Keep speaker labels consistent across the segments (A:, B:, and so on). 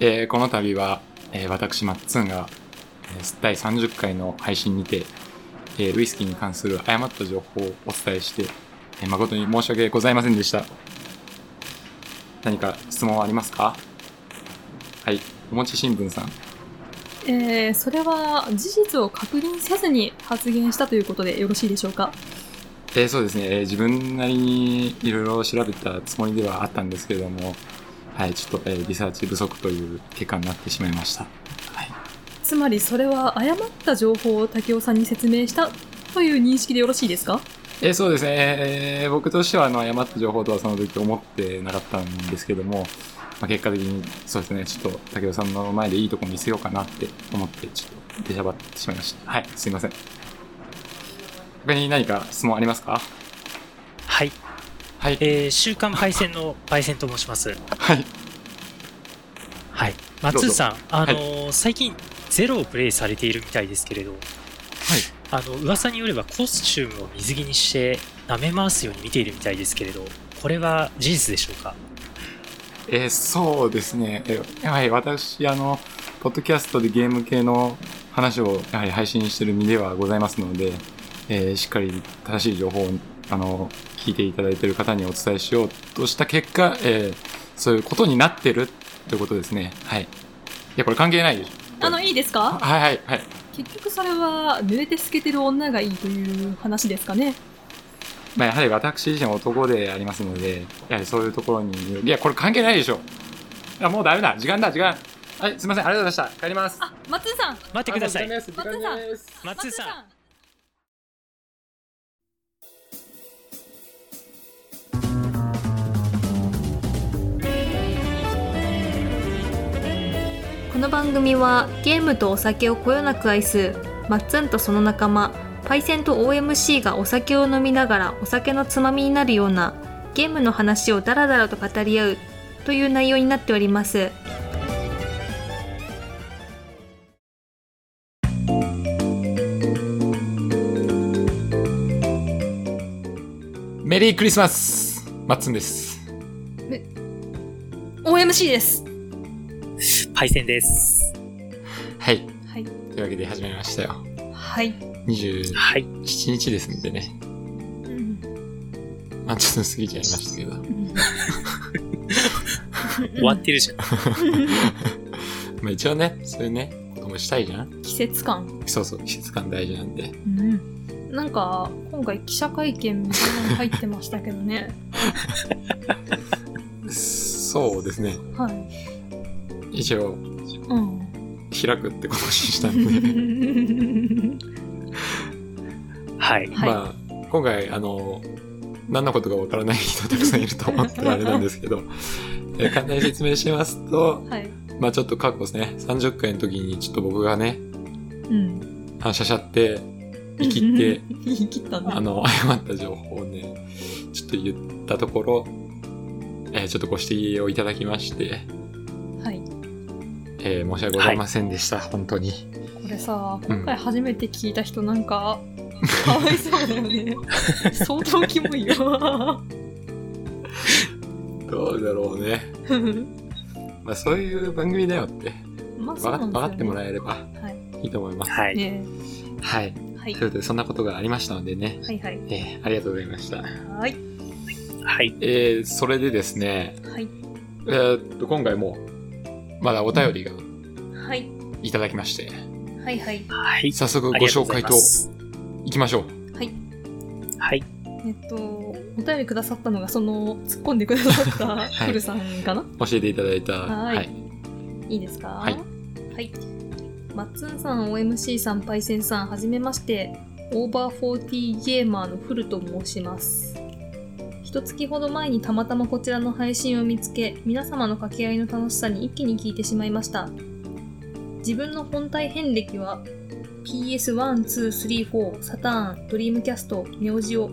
A: えーこの度は、えー私、マッツンが、えー第30回の配信にて、えーウイスキーに関する誤った情報をお伝えして、えー誠に申し訳ございませんでした。何か質問はありますかはい、おもち新聞さん。
B: えー、それは事実を確認せずに発言したということでよろしいでしょうか
A: えーそうですね、えー自分なりにいろいろ調べたつもりではあったんですけれども、はい、ちょっと、えーリサーチ不足という結果になってしまいました。はい、
B: つまりそれは誤った情報を武雄さんに説明したという認識でよろしいですか
A: えーそうですね、えー僕としてはあの誤った情報とはその時思ってなかったんですけども、まあ、結果的にそうですね、ちょっと武雄さんの前でいいとこ見せようかなって思って、ちょっと出しゃばってしまいました。はい、すいません。他に何か質問ありますか
C: はい、
A: はい、
C: えー、週刊パイセンのパイセンと申します。
A: はい。
C: はい、
A: どう
C: 松
A: ぞ
C: 井さん、あのー最近、ゼロをプレイされているみたいですけれど、あの噂によればコスチュームを水着にして、舐め回すように見ているみたいですけれど、これは事実でしょうか
A: えーそうですね。えーやはり私、あの、ポッドキャストでゲーム系の話をやはり配信してる身ではございますので、えーしっかり正しい情報を、あの、聞いていただいている方にお伝えしようとした結果、えーそういうことになってるってことですね。はい。いや、これ関係ないでしょ。
B: あのいいです
A: あ
B: か
A: はいはいはい。
B: 結局それは濡れて透けてる女がいいという話ですかね
A: まあ、やはり私自身男でありますので、やはりそういうところに、いや、これ関係ないでしょ。いや、もうダメだ。時間だ、時間。はい、すいません。ありがとうございました。帰ります。
B: あ松井さん
C: 待ってくださ
A: 時
C: い。
A: 間です時間です
C: 松井さん。
D: この番組はゲームとお酒をこよなく愛すマッツンとその仲間パイセンと OMC がお酒を飲みながらお酒のつまみになるようなゲームの話をダラダラと語り合うという内容になっております
A: メリークリスマスマッツンです。
B: OMC です
C: パイセンです。
A: はい。
B: はい
A: というわけで始まりましたよ。
B: はい、
A: 27
C: はい、
A: 日ですんでね。まあちょっと過ぎちゃいましたけど。
C: 終わってるじゃん。
A: まあ一応ね、そういうね、こともしたいじゃん。
B: 季節感、
A: そうそう、季節感大事なんで。
B: うん、なんか今回記者会見みたいなの入ってましたけどね
A: そうですね。
B: はい
A: 一応、
B: うん
A: 開くってことにした んで。
C: は
B: は
C: い、
B: い
A: まあ、今回、あの、何のことかわからない人たくさんいると思ってあれなんですけど、えー簡単に説明しますと、
B: はい。
A: まあちょっと過去ですね、30回の時にちょっと僕がね、
B: うん。
A: 反射しちゃって、生き て、
B: 言い切ったんだ。
A: あの、誤った情報をね、ちょっと言ったところ、えーちょっとご指摘をいただきまして、
B: はい。
A: えー申し訳ございませんでした、本当に。
B: これさ、今回初めて聞いた人なんか、かわいそうだ よね。相当キモいよ。
A: どうだろうね。まあそういう番組だよって、
B: まあ、
A: わか分かってもら
B: え
A: えれば
B: はい
A: いと思います。
C: はい、
B: ね
A: はい。
B: えはい
A: という。ことで、そんなことがありましたのでね、
B: はいはい。
A: えーありがとうございました。
B: はい。
C: はい、
A: えーそれでですね、
B: はい。
A: えーっと、今回も、まだお便りが
B: はい。
A: いただきまして、
B: はいはい。
C: はい、
A: 早速
C: あ
A: ご
C: りがとう
A: 紹
C: ご
A: 介
C: ざいま
A: と
C: す。
A: いきましょう。
C: はい、
B: えっと、お便りくださったのが、その、突っ込んでくださった
A: い
B: フルさんかな、
A: 教えていただいた、
B: はいいいですか
A: はい
B: はい。マッツンさん、OMC さん、パイセンさん、はじめまして。オーバー40ゲーマーのフルと申します。一月ほど前にたまたまこちらの配信を見つけ、皆様の掛け合いの楽しさに一気に聞いてしまいました。自分の本体遍歴は PS1、2、3、4、サターン、ドリームキャスト、ネオジオ、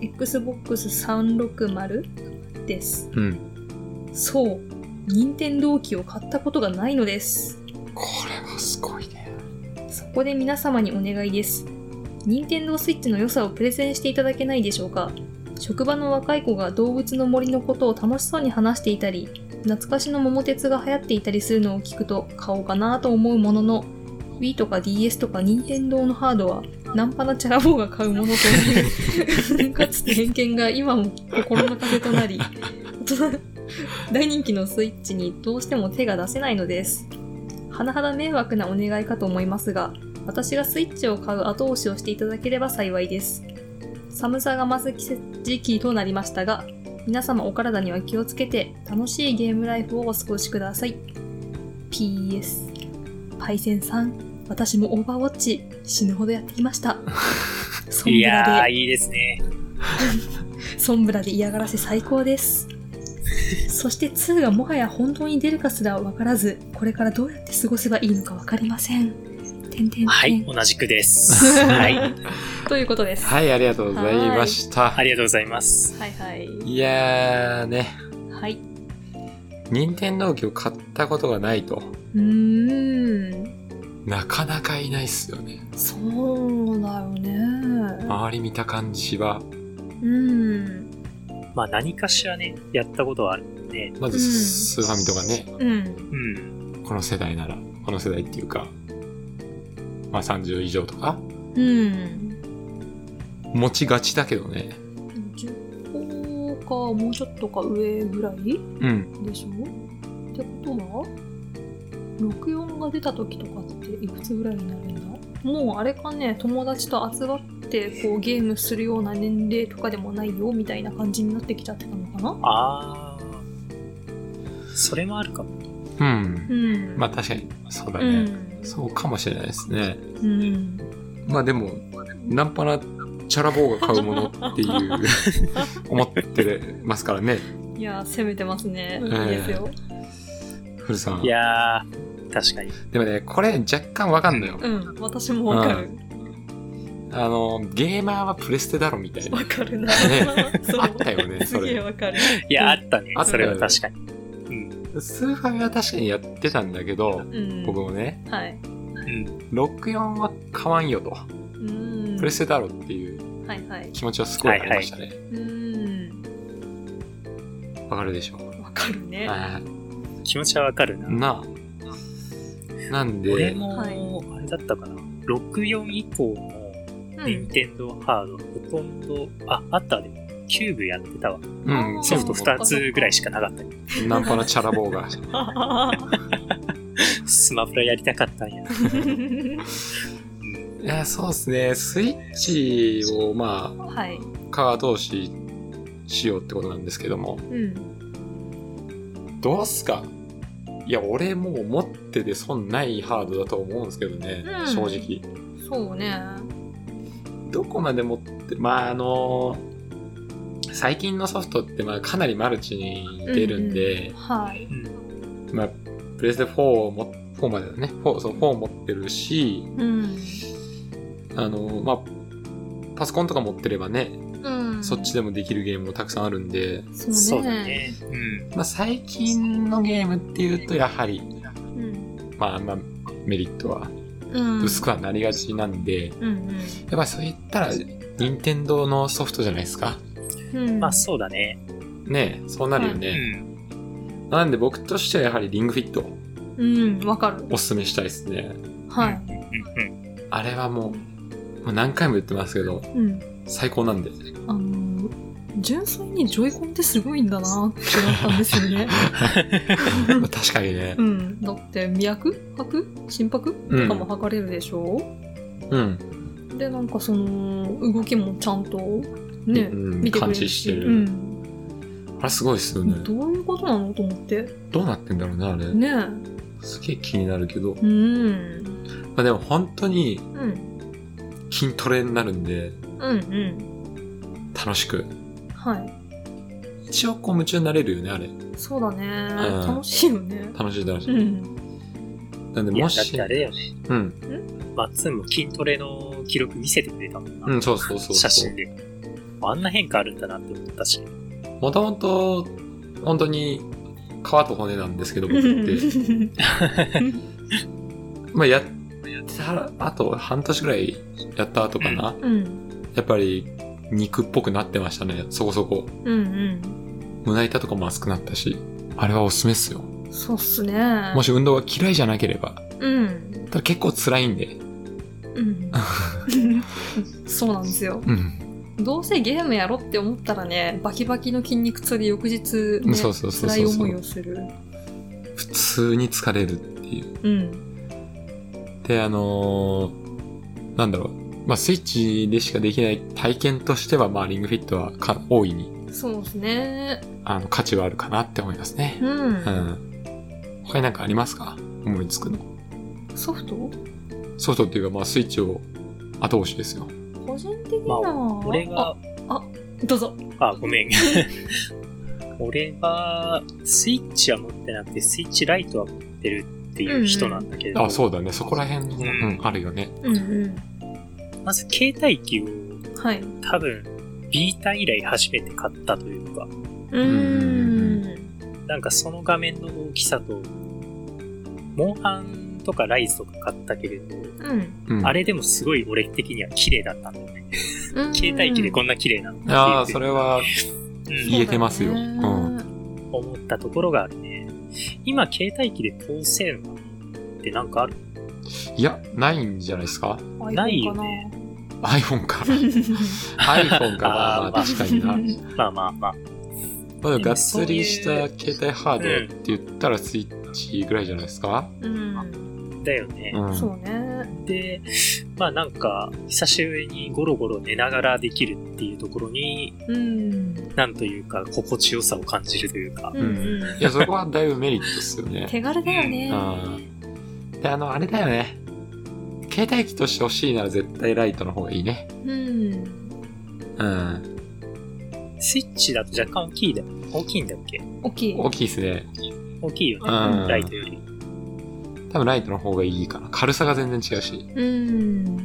B: Xbox360 です。
A: うん。
B: そう、任天堂機を買ったことがないのです。
A: これはすごいね。
B: そこで皆様にお願いです。任天堂スイッチの良さをプレゼンしていただけないでしょうか職場の若い子が動物の森のことを楽しそうに話していたり、懐かしの桃鉄が流行っていたりするのを聞くと買おうかなと思うものの Wii とか DS とか任天堂のハードはナンパなチャラ坊が買うものという かつて偏見が今も心の風となり 大人大人気のスイッチにどうしても手が出せないのです甚だ迷惑なお願いかと思いますが私がスイッチを買う後押しをしていただければ幸いです寒さが増す季節時期となりましたが皆様お体には気をつけて楽しいゲームライフをお過ごしください PS パイセンさん私もオーバーウォッチ死ぬほどやってきましたソン
C: い
B: ブラ
C: やー、
B: で
C: いいですね。
B: ソンブラで嫌がらせ最高ですそして2がもはや本当に出るかすらわからずこれからどうやって過ごせばいいのかわかりませんてんてんてん
C: はい、同じく です。はい、
B: ということです
A: はい、ありがとうございました。
C: ありがとうございます。
B: はいはい
A: いやーね、
B: はい
A: 任天堂機を買ったことがないと、
B: うーん
A: なかなかいないっすよね。
B: そうだよね
A: 周り見た感じは、
B: うん
C: まあ、何かしらね、やったことはあるんで、
A: まず
B: うん
A: スーファミとかね、
B: うん
C: うん。
A: この世代なら、この世代っていうか、まあ30以上とか、
B: うん
A: 持ちがちだけどね。
B: 10個かもうちょっとか上ぐらい
A: うん。
B: でしょってことは64が出た時とかっていくつぐらいになるんだもうあれかね友達と集まってこうゲームするような年齢とかでもないよみたいな感じになってきちゃってたのかな
C: あー、それもあるかも。
A: うん。
B: うん
A: まあ確かに、そうだ
B: う
A: ね。
B: ん
A: そうかもしれないですね。
B: うん
A: まあでも、ナンパなチャラ坊が買うものっていう、思ってますからね。
B: いやー攻めてますね、
A: ん
B: いいですよ
A: 古さん
C: い。やー、確かに。
A: でもね、これ若干わかんのよ。
B: うん私もわかる
A: あの、ゲーマーはプレステだろみたいな
B: わ。かるな、
A: ね
B: そう
A: あったよね
B: す
A: それ
B: げえわかる
C: いや、あったね
A: あ。った
C: そ
A: よね
C: れは確かに。
A: スーファミは確かにやってたんだけど、
B: うん
A: 僕もね、
B: はい
C: うん。
A: 64は買わんよと。
B: うん
A: プレステだろっていう
B: はいはい
A: 気持ちはすごいありましたね。
B: うん
A: わ、かるでしょう。
B: わかるね
A: あ
C: 気持ちはわかるな
A: ー。なあ。なん
C: 俺
A: で、
C: も、あれだったかな。64以降も、
B: う
C: 任
B: ん
C: 天堂ハード、ほとんど、あ、あったでも、キューブやってたわ。
A: うん、
C: ソフト
A: そ
C: 2つぐらいしかなかったね。
A: うナンパなチャラ坊が。
C: スマブラやりたかったんや。
A: いや、そうですね。スイッチを、まあ、
B: はい。
A: カード通ししようってことなんですけども、
B: うん。
A: どうすかいや、俺もう持ってて損ないハードだと思うんですけどね、
B: うん
A: 正直。
B: そうね。
A: どこまで持って、まああの、最近のソフトってまあかなりマルチに出るんで、
B: はい。
C: うん。
A: まあプレステ4をも、4までだね、4、そう、4を持ってるし、
B: うん。
A: あの、まあ、パソコンとか持ってればね、
B: うん。
A: そっちでもできるゲームもたくさんあるんで、
B: そうね。
C: そうだ。ね。うん。
A: まあ最近のゲームっていうとやはり、
B: うん。
A: まああんまメリットは
B: うん。
A: 薄くはなりがちなんで、
B: うん
A: やっぱりそういったら、任天堂のソフトじゃないですか。
B: うん。うん。
C: まあ、そうだね。
A: ねえ、そうなるよ
C: う
A: ね。
C: ん。
A: なんで僕としてはやはりリングフィットを
B: うん。わかる。
A: おすすめしたいですね。
B: はい。
C: うん。
A: あれはもう、もう何回も言ってますけど、
B: うん。
A: 最高なんで。
B: あのー、純粋にジョイコンってすごいんだなってなったんです よね。
A: まあ確かにね
B: う。ん。だって、脈拍心拍
A: う
B: とかも
A: ん。
B: 測れるでしょ、
A: うん。
B: で、なんかその、動きもちゃんと、ね、
A: うん
B: 見てくれる
A: 感知してる
B: うん。
A: あれすごいっすよね。
B: どういうことなのと思って。
A: どうなってんだろうね、あれ。
B: ね
A: すげえ気になるけど。ま
B: え。うん。
A: あでも本当に
B: うん。
A: 筋トレになるんで、
B: うんうん。
A: 楽しく。
B: はい。
A: 一応こう夢中になれるよね、あれ。
B: そうだね。
A: ん
B: 楽しいよね。
A: 楽しい楽し
B: う
A: い。
B: ん。
A: なんで
C: いや、
A: も
C: だって
A: し
C: あ、れだよね。
A: うん。
C: マッツンも筋トレの記録見せてくれたもんな。
A: うん、そうそうそうそう。
C: 写真で。あんな変化あるんだなって思ったし。
A: もともと、本当に、皮と骨なんですけど、僕って。 まあ、やったら、あと半年ぐらいやった後かな。
B: うん。
A: やっぱり、肉っぽくなってましたね。そこそこ。
B: うんうん。
A: 胸板とかも厚くなったし。あれはおすすめっすよ。
B: そうっすね。
A: もし運動が嫌いじゃなければ。
B: うん。
A: ただ結構辛いんで。
B: うん。そうなんですよ。
A: うん。
B: どうせゲームやろって思ったらね、バキバキの筋肉痛で翌日、
A: うん
B: ね、
A: そうそうそうそう
B: 辛い思いをする。
A: 普通に疲れるっていう。
B: うん。
A: で、あのーなんだろう。まあ、スイッチでしかできない体験としては、まあ、リングフィットはか、大いに、
B: そうですね。
A: あの、価値はあるかなって思いますね。
B: うん
A: う。ん。他になんかありますか思いつくの。
B: ソフト
A: ソフトっていうか、まあ、スイッチを後押しですよ。
B: 個人的な、
C: まあ、俺
B: あ
C: が、
B: どうぞ。
C: あ、ごめん。 俺は、スイッチは持ってなくて、スイッチライトは持ってるっていう人なんだけれど、
A: あ、そうだね。そこら辺も、うん、あるよね。
B: うんう
C: まず携帯機を
B: ん。はい。
C: 多分、ビータ以来初めて買ったというか、
B: うーん。
C: なんかその画面の大きさと、モンハンとかライズとか買ったけれど、
B: うん。
A: うん。
C: あれでもすごい俺的には綺麗だったんだよね。
B: うん
C: 携帯機でこんな綺麗なの
A: ああ、
C: ってい
A: そうれは、
C: うん
A: 言えてますよ
B: そうだね
A: うん
C: 思ったところがあるね。今、携帯機で高性能ってなんかある
A: いや、ないんじゃないですか
B: iPhone
C: ないよね
B: か
A: ?iPhone か。iPhone か。まあまあ、確かにな。
C: まあまあまあ。
A: まあ、がっつりした携帯ハードって言ったらスイッチぐらいじゃないですか、
B: なうん。
C: だよね。
A: うん、
B: そうね。
C: で、まあなんか、久しぶりにゴロゴロ寝ながらできるっていうところに、
B: うん。
C: なんというか、心地よさを感じるというか。
B: うんうん。
A: いや、そこはだいぶメリットですよ ね。
B: 手軽だよね。
A: うん。で、あの、あれだよね。携帯機として欲しいなら絶対ライトの方がいいね。
B: うん。
A: うん。
C: スイッチだと若干大きいだ大きいんだっけ
B: 大きい。
A: 大きいですね。
C: 大きいよね、
A: うん
C: ライトより。
A: 多分ライトの方がいいかな。軽さが全然違うし。
B: うん。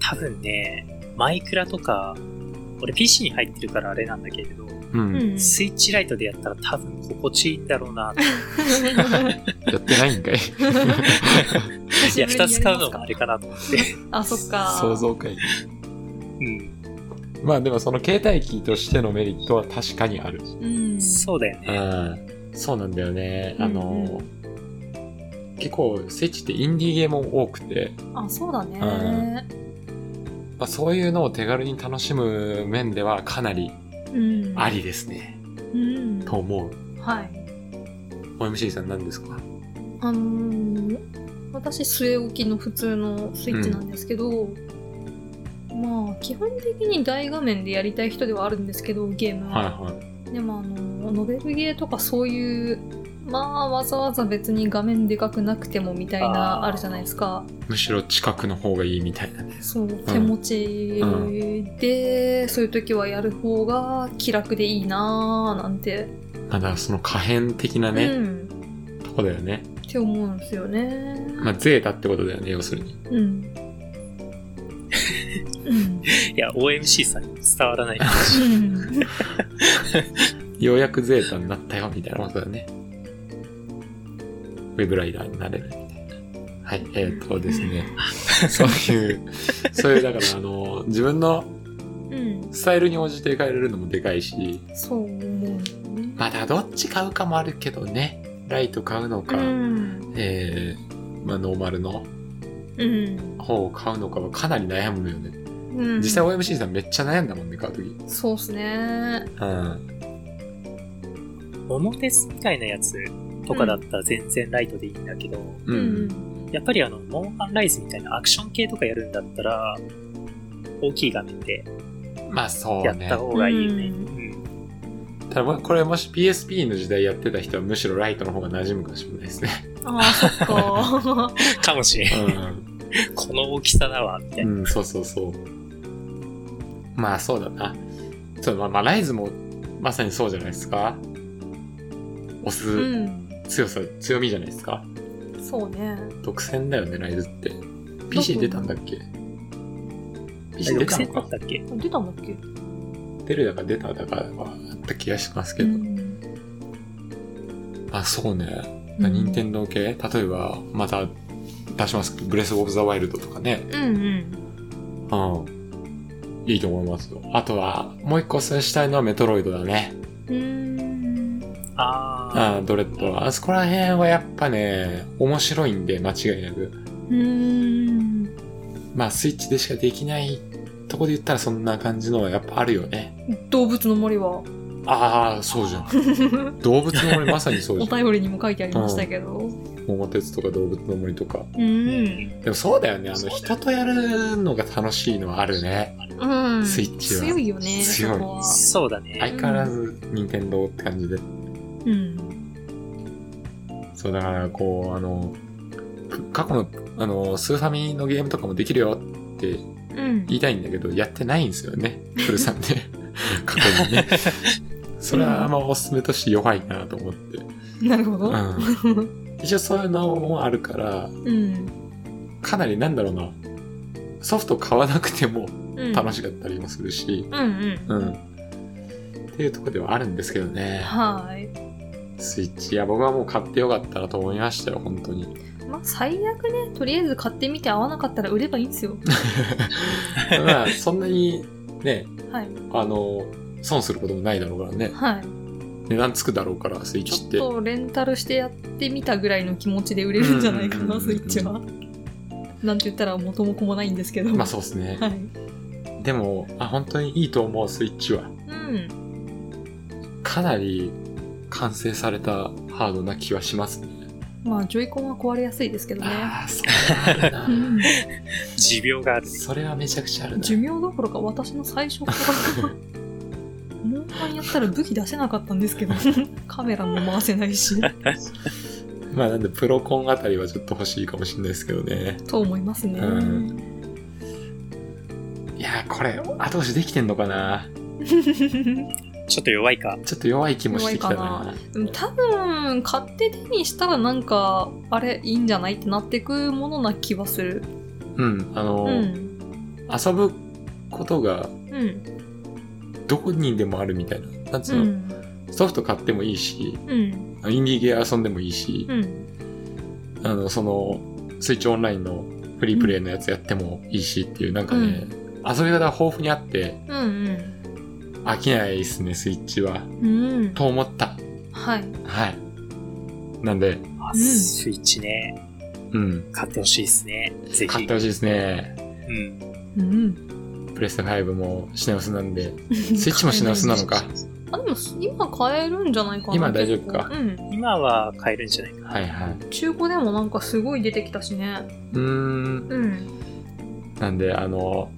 C: 多分ね、マイクラとか、俺 PC に入ってるからあれなんだけれど、
A: うん。
B: うん。
C: スイッチライトでやったら多分心地いいんだろうなって。
A: やってないんかい。
C: いや、二つ買うのがあれかなと思って。
B: あ、そっか。
A: 想像かい。
C: うん。
A: まあでもその携帯機としてのメリットは確かにある。
B: うん。
C: そうだよね。
A: うん。そうなんだよね。あの、
B: うんう
A: 結構スイッチってインディーゲームも多くて、
B: あ、そうだね。
A: まあ、そういうのを手軽に楽しむ面ではかなり
B: うん。
A: あ。りですね、
B: うん。
A: と思う
B: はい。
A: OMC さん何ですか
B: あのー私据え置きの普通のスイッチなんですけど、まあ基本的に大画面でやりたい人ではあるんですけどゲームは、
A: はい
B: でもあのーノベルゲーとかそういうまあわざわざ別に画面でかくなくてもみたい
C: あ
B: な
C: ー
B: あるじゃないですか
A: むしろ近くの方がいいみたいなね
B: そう手持ちで、そういう時はやる方が気楽でいいなーなんて、
A: まだその可変的な
B: う
A: ね、
B: ん
A: とこだよね
B: って思うんですよね
A: まあゼータってことだよね要するに
B: うんうん
C: いや、OMC さんに伝わ らない。
B: うん
A: ようやくゼータになったよみたいなことだよねウェブライダーになれるみたいなはいえー、っとです ねそういうそういうだからあの自分の
B: うん、
A: スタイルに応じて変えれるのもでかいし
B: そう思う、ね。
A: まあだからどっち買うかもあるけどね。ライト買うの
B: う
A: か、
B: ん、
A: えー、まあノーマルの
B: うん、
A: 方を買うのかはかなり悩むのよね。
B: うん。
A: 実際 OMC さんめっちゃ悩んだもんね、買うとき。
B: そうっすね。
A: うん。
C: 桃鉄みたいなやつとかだったら全然ライトでいいんだけど、
A: う。
B: うんん、
C: やっぱりあの、モンハンライズみたいなアクション系とかやるんだったら、大きい画面で
A: まあそう
C: やっ
A: ね。
C: た方がいいよね。
B: うん
C: うん
A: ただまあこれもし PSP の時代やってた人はむしろライトの方が馴染むかもしれないですね。
B: ああ、そっか。
C: かもしれん。
A: う
C: この大きさだわ、みたいな。
A: ん。うん、そうそうそう。まあそうだな。そう、まあ、まあライズもまさにそうじゃないですか。押
B: う
A: す
B: ん、
A: 強さ、強みじゃないですか。
B: そうね。
A: 独占だよね、ライズって。PC 出たんだっけ ?PC 出
C: 独
A: たの
C: 占だ
A: か
C: ったっけ
B: 出たんだっけ、
A: 出るだか出ただかはあった気がしますけ
B: う
A: ど。
B: ん、
A: まあそうね。任天堂系例えば、また出しますけど、ブレスオブザワイルドとかね。
B: うんうん。
A: うん。いいと思いますよ。あとは、もう一個おすすめしたいのはメトロイドだね。
B: うん。
C: あ
A: あードレッドは。あそこら辺はやっぱね、面白いんで、間違いなく。
D: うーん
A: まあ、スイッチでしかできないとこで言ったらそんな感じのはやっぱあるよね。
B: 動物の 森は
A: ああ、そうじゃん。動物の森まさにそう
B: お
A: じゃん。
B: 便りにも書いてありましたけど。う
A: 桃鉄とか動物の森とか。
B: ん。
A: でもそうだよね。あの、人とやるのが楽しいのはあるね。
D: うん
A: スイッチは。
B: 強いよね、そ
A: 強い
B: こは。
C: あ。そうだね。
A: 相変わらず、任天堂って感じで。
B: うん。
A: そう、だから、こう、あの、過去の、あの、スーファミのゲームとかもできるよって
D: うん
A: 言いたいんだけど、やってないんですよね。フルさんね。過去にね。それはあんまおすすめとして弱いなと思って。
B: なるほど。
A: うん。一応そういうのもあるから、
B: うん。
A: かなりなんだろうな。ソフト買わなくても
D: うん
A: 楽しかったりもするし、
D: うんうん
A: うん。っていうところではあるんですけどね。
B: はい。
A: スイッチ。いや、僕はもう買ってよかったなと思いましたよ、本当に。
B: まあ、最悪ね、とりあえず買ってみて合わなかったら売ればいいんですよ。
A: まあ、そんなに、ね、
B: はい。
A: あの、損することもないだろうからね。
B: はい。
A: 値段つくだろうから、スイッ
B: ち
A: チ
B: ょ
A: っ。
B: ってとレンタルしてやってみたぐらいの気持ちで売れるんじゃないか
A: う
B: な、
A: ん
B: スイッチは。なんて言ったら元も子もないんですけど。
A: まあそうですね。
B: はい。
A: でも、あ、本当にいいと思う、スイッチは。
B: うん。
A: かなり完成されたハードな気はしますね。
B: まあ、ジョイコンは壊れやすいですけ どね。
A: ああ、そうだ
B: う
A: な。
B: ん、
C: 持病がある。
A: それはめちゃくちゃあるな。
B: 寿命どころか私の最初からもう間にやったら武器出せなかったんで すけどカメラも回せないし
A: まあなんで、プロコンあたりはちょっと欲しいかもしれないですけどね。
B: と思いますね、
A: うんいやー、これ、後押しできてんのかな
C: ちょっと弱いか。
A: ちょっと弱い気もしてきた
B: 弱い
A: な。
B: でも多分買って手にしたらなんかあれいいんじゃないってなってくものな気はする
A: うん、あの、
B: うん
A: 遊ぶことが
B: うん
A: どこにでもあるみたいな。なんつ
B: う
A: うの、
B: ん
A: ソフト買ってもいいし、
B: うん
A: インディーゲー遊んでもいいし、
B: うん
A: あの、その、スイッチオンラインのフリープレイのやつやってもいいしっていう、なんかね、遊び方が豊富にあって、
B: うん
A: 飽きないですね、スイッチは。
B: うんうん
A: と思った。
B: はい
A: はい。なんで、
C: あ
B: うん
C: スイッチね。
A: うん。
C: 買ってほしいですね。ぜ
A: 買
C: ひ
A: って。ほしいですね。
B: う
C: うん。
B: ん
A: プレステ5も品薄なんで、スイッチも品薄なのか。
B: あでも今買えるんじゃないかな
A: 今大丈夫か
B: うん
C: 今は買えるんじゃないかな。
A: はいはい。
B: 中古でもなんかすごい出てきたしね
A: うーん。
B: うん
A: なんで、あの、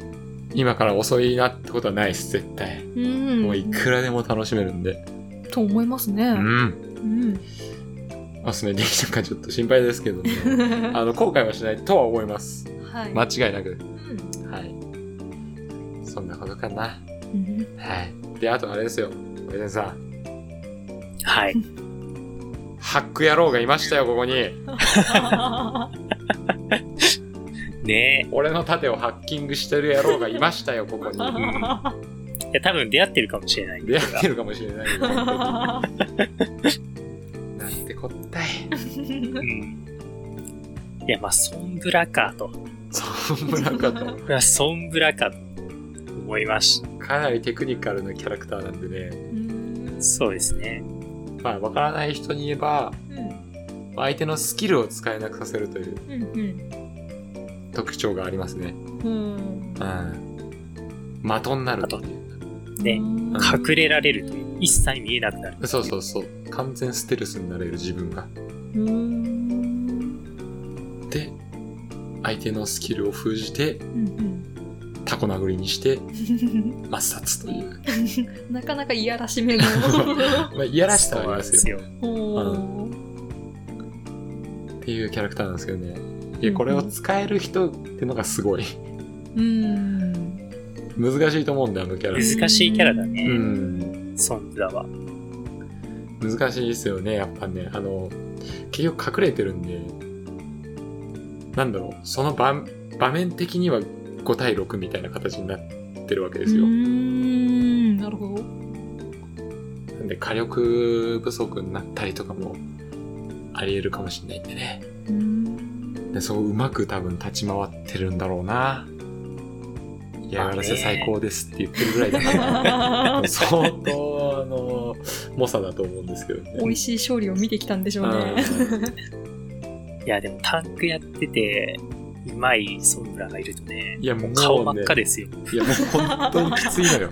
A: 今から遅いなってことはないです、絶対。
B: うん
A: もういくらでも楽しめるんで。
B: と思います
A: う
B: ね。
A: ん。
B: うん。
A: おすすめできたかちょっと心配ですけどね。あの、後悔はしないとは思います。
B: はい。
A: 間違いな く。
B: うん
A: はい。そんなことかな。
B: うん
A: はい。で、あとあれですよ。これでさ、
C: はい。
A: ハック野郎がいましたよ、ここに。
C: ね
A: 俺の盾をハッキングしてる野郎がいましたよ、ここに。
C: え。いや、多分出会ってるかもしれない。
A: 出会ってるかもしれないよ。本当になんてこったい。
C: うん。いや、まあ、ソンブラかと。
A: そんなかと。
C: いやソンブラかと思いました。
A: かなりテクニカルなキャラクターなんでね。
B: うん
C: そうですね。
A: まあ、わからない人に言えば、
B: うん
A: 相手のスキルを使えなくさせるという
B: うん
A: 特徴がありますね。
B: うん
A: うん。的になるという。
C: ね
B: うん
C: 隠れられるという。一切見えなくなる。
A: そうそうそう。完全ステルスになれる自分が。
B: うん
A: で、相手のスキルを封じて、
B: うん
A: タコ殴りにして、抹殺と いう。
B: うん なかなかいやらしめの。
A: まあ、いやらしさはありますよ。
C: そうなんで
B: ほう
A: っていうキャラクターなんですけどね。いや、これを使える人ってのがすごい。
B: うん。
A: 難しいと思うんだよ、あのキャラ。
C: 難しいキャラだね
A: うん
C: すよ。ソンブラは。
A: 難しいですよね、やっぱね。あの、結局隠れてるんで、なんだろう、その場、場面的には5対6みたいな形になってるわけですよ
B: う。んなるほ
A: な
B: ど。
A: んで火力不足になったりとかもあり得るかもしれないんでね。
B: うん
A: で、そううまく多分立ち回ってるんだろうな。 嫌がらせ最高ですって言ってるぐらいだから、相当、あの、猛者だと思うんですけどね。
B: 美味しい勝利を見てきたんでしょうね。
C: いや、でもタンクやってて、うまいソンブラがいるとね、
A: いや、もう、ね、
C: 顔真っ赤ですよ。
A: いや、もう本当にきついのよ。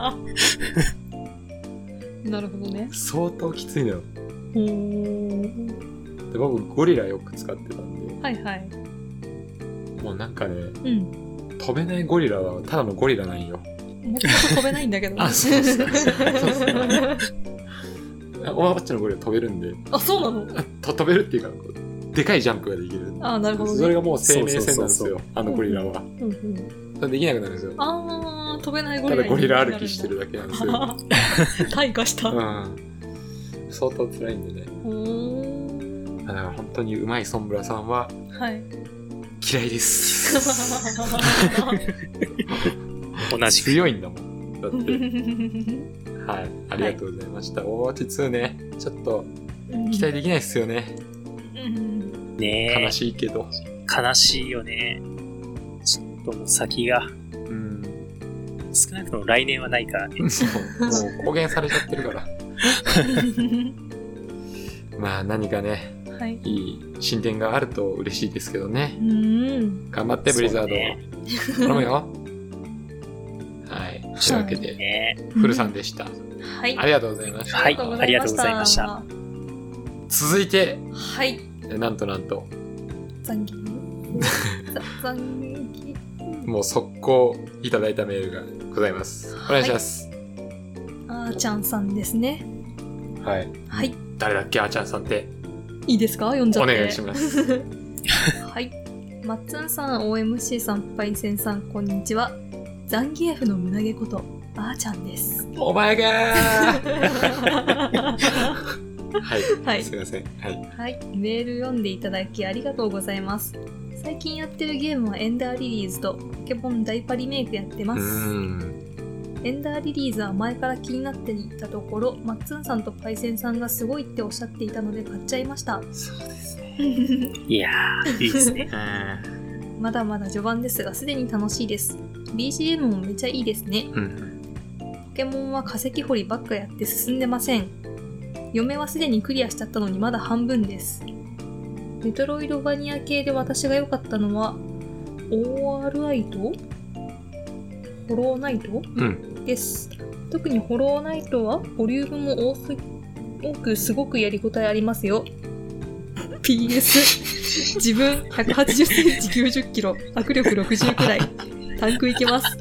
B: なるほどね。
A: 相当きついのよ。
B: おー
A: で僕、ゴリラよく使ってたんで、
B: はいはい。
A: もうなんかね、
B: うん。
A: 飛べないゴリラはただのゴリラなんよ。
B: もともと飛べないんだけど。
A: あそうそうそうオワバッチのゴリラ飛べるんで、
B: あ、そうなの
A: と飛べるっていうかこう、でかいジャンプができる。
B: あ、なるほどね。
A: それがもう生命線なんです
C: そうそうそう
A: よ、あのゴリラは。
B: うんうん、
A: それできなくなるんですよ。
B: あー、飛べないゴ
A: た
B: リラ
A: だ
B: に
A: ゴリラ歩きしてるだけなんですよ。
B: 退化した。
A: う。
B: うん
A: 相当辛いんでね。
B: ーん
A: だから本当にうまいソンブラさんは
B: はい。
A: 嫌いです。
C: 同じく。
A: 強いんだもん。だって。 はい。ありがとうございました。オーバーチ2ね、ちょっと期待できないですよね。
B: うん
C: ねえ
A: 悲しいけど。
C: 悲しいよね。ちょっともう先が、
A: うん。
C: 少なくとも来年はないからね。
A: そうもう公言されちゃってるから。まあ何かね、
B: はい。
A: いい進展があると嬉しいですけどね
B: う。ーん。
A: 頑張って、ブリザード。
C: ね
A: 頼むよ。はい。というわけで、
C: ね
A: フルさんでした。
B: はい。
A: ありがとうございました。
C: はいありがとうございました
B: は
A: 続いて、
B: い。
A: なんとなんと、
B: 残業。ざ残業。
A: もう速攻いただいたメールがございます。お願いします。
B: あーちゃんさんですね。
A: はい。
B: はい。
A: 誰だっけ、あーちゃんさんって。
B: いいですか読んじゃ
A: お
B: って。
A: 願いします。
B: はい。マッツンさん、OMC さん、パイセンさん、こんにちは。ザンギエフの胸毛こと、あーちゃん です。
A: お前がー
B: は
A: はい、
B: はい
A: すいません。はい。
B: い。メール読んでいただきありがとうございます。最近やってるゲームはエンダーリリーズとポケモンダイパリメイクやって
A: う
B: ます。
A: ん。
B: エンダーリリーズは前から気になっていたところ、マッツンさんとパイセンさんがすごいっておっしゃっていたので買っちゃいました。
A: そうですね。
C: いやー、いいですね。
B: まだまだ序盤ですが、すでに楽しいです。BGM もめちゃいいですね。
A: うん。
B: ポケモンは化石掘りばっかやって進んでません。嫁はすでにクリアしちゃったのにまだ半分です。メトロイドバニア系で私が良かったのは、ORI とホローナイト
A: うん。
B: です。特にホローナイトはボリュームも多す多くすごくやりごたえありますよ。PS 自分180センチ90キロ握力60くらいタンクいけます。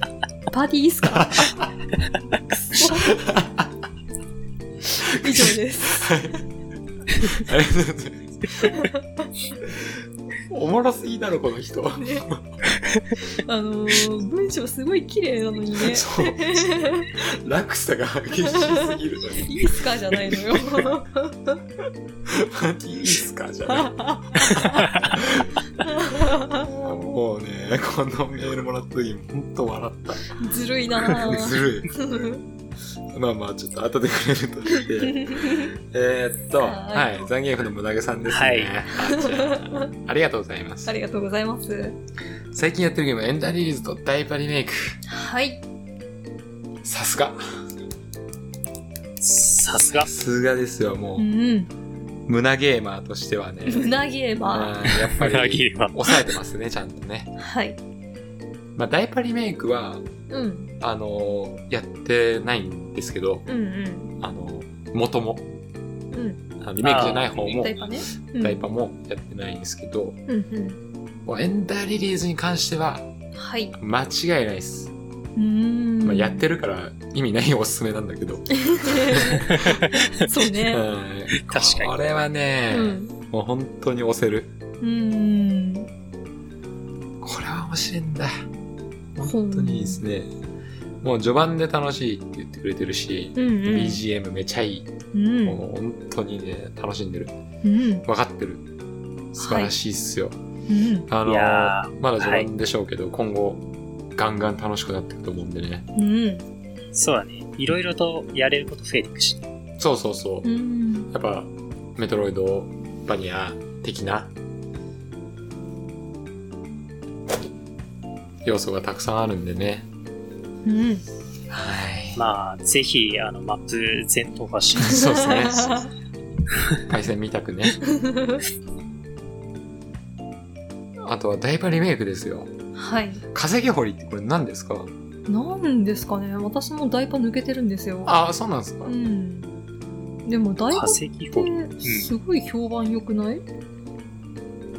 B: パーティーいいっす かくそ以上です。
A: ありがとうございます。おもろすぎだろ、この人。
B: ね、あのー文章すごい綺麗なのにね。
A: そう。落差が激しすぎるのに。
B: いいっすかじゃないの よ。
A: パーティーいいっすかじゃ ない。もうね、このメールもらった時、ほんと笑っ
B: ずるいな
A: た。ず
B: ぁ。
A: るい。まあまあ、ちょっと後でくれると して。えーっと、
B: は
A: はい、ザンギエフのムダ毛さんですね。
C: はい
A: あじゃあありがとうございます
B: あ。りがとうございます。
A: 最近やってるゲーム、エンダーリリーズとダイパリメイク。
B: はい。
A: さすが。
C: さすが
A: さ。すがですよ、も
B: う
A: う。
B: ん。
A: 胸ゲーマーとしてはね。
B: うなぎえば。
A: うんやっぱ
C: 裏
A: り、
C: 切りは。
A: 抑えてますね、ちゃんとね。
B: はい。
A: まあ、ダイパリメイクは、
B: うん。
A: あのーやってないんですけど、
B: うんうん。
A: あのー元も、
B: うん。
A: あのリメイクじゃない方も
B: ダ、イパね。うん
A: ダイパもやってないんですけど、
B: うん
A: もうエンダーリリーズに関しては、
B: うん。はい。う
A: 間違いないです。
B: ーん。
A: まあ、やっ。てるから意味ないおすすめなんだけど。
B: そう
A: う
B: ね。
A: ん
C: 確かに
A: これは
B: う
A: ね、
B: ん。
A: もう本当に押せる。
B: うん。
A: これは面白いんだ。
B: ほう
A: 本当にいいですね。もう序盤で楽しいって言ってくれてるし、
B: うんうん。
A: BGM めちゃいい。
B: うん。
A: もう本当にね、楽しんでる。
B: うん。
A: 分かってる。素晴らしいっすよ。
B: うん。
A: あの
C: いや
A: まだ序盤でしょうけど、今後、ガンガン楽しくなっていくと思うんでね。
B: うん。
C: そうだね。いろいろとやれること増えていくし。
A: そうそうそうう。
B: ん。
A: やっぱ、メトロイド、バニア的な、要素がたくさんあるんでね。
B: うん。
A: はい。
E: ね。
C: まあ、ぜひ、あの、マップ全踏破し
A: そうですね対戦見たくね。あとはダイバリメイクですよ。
B: はい。
A: 化石掘りってこれ何ですか
B: なんですかね私もダイパ抜けてるんですよ。
A: ああ、そうなんですか、
B: うん。でもダイパ
C: 化
B: っ
C: 石掘り。
B: てすごい評判良くない、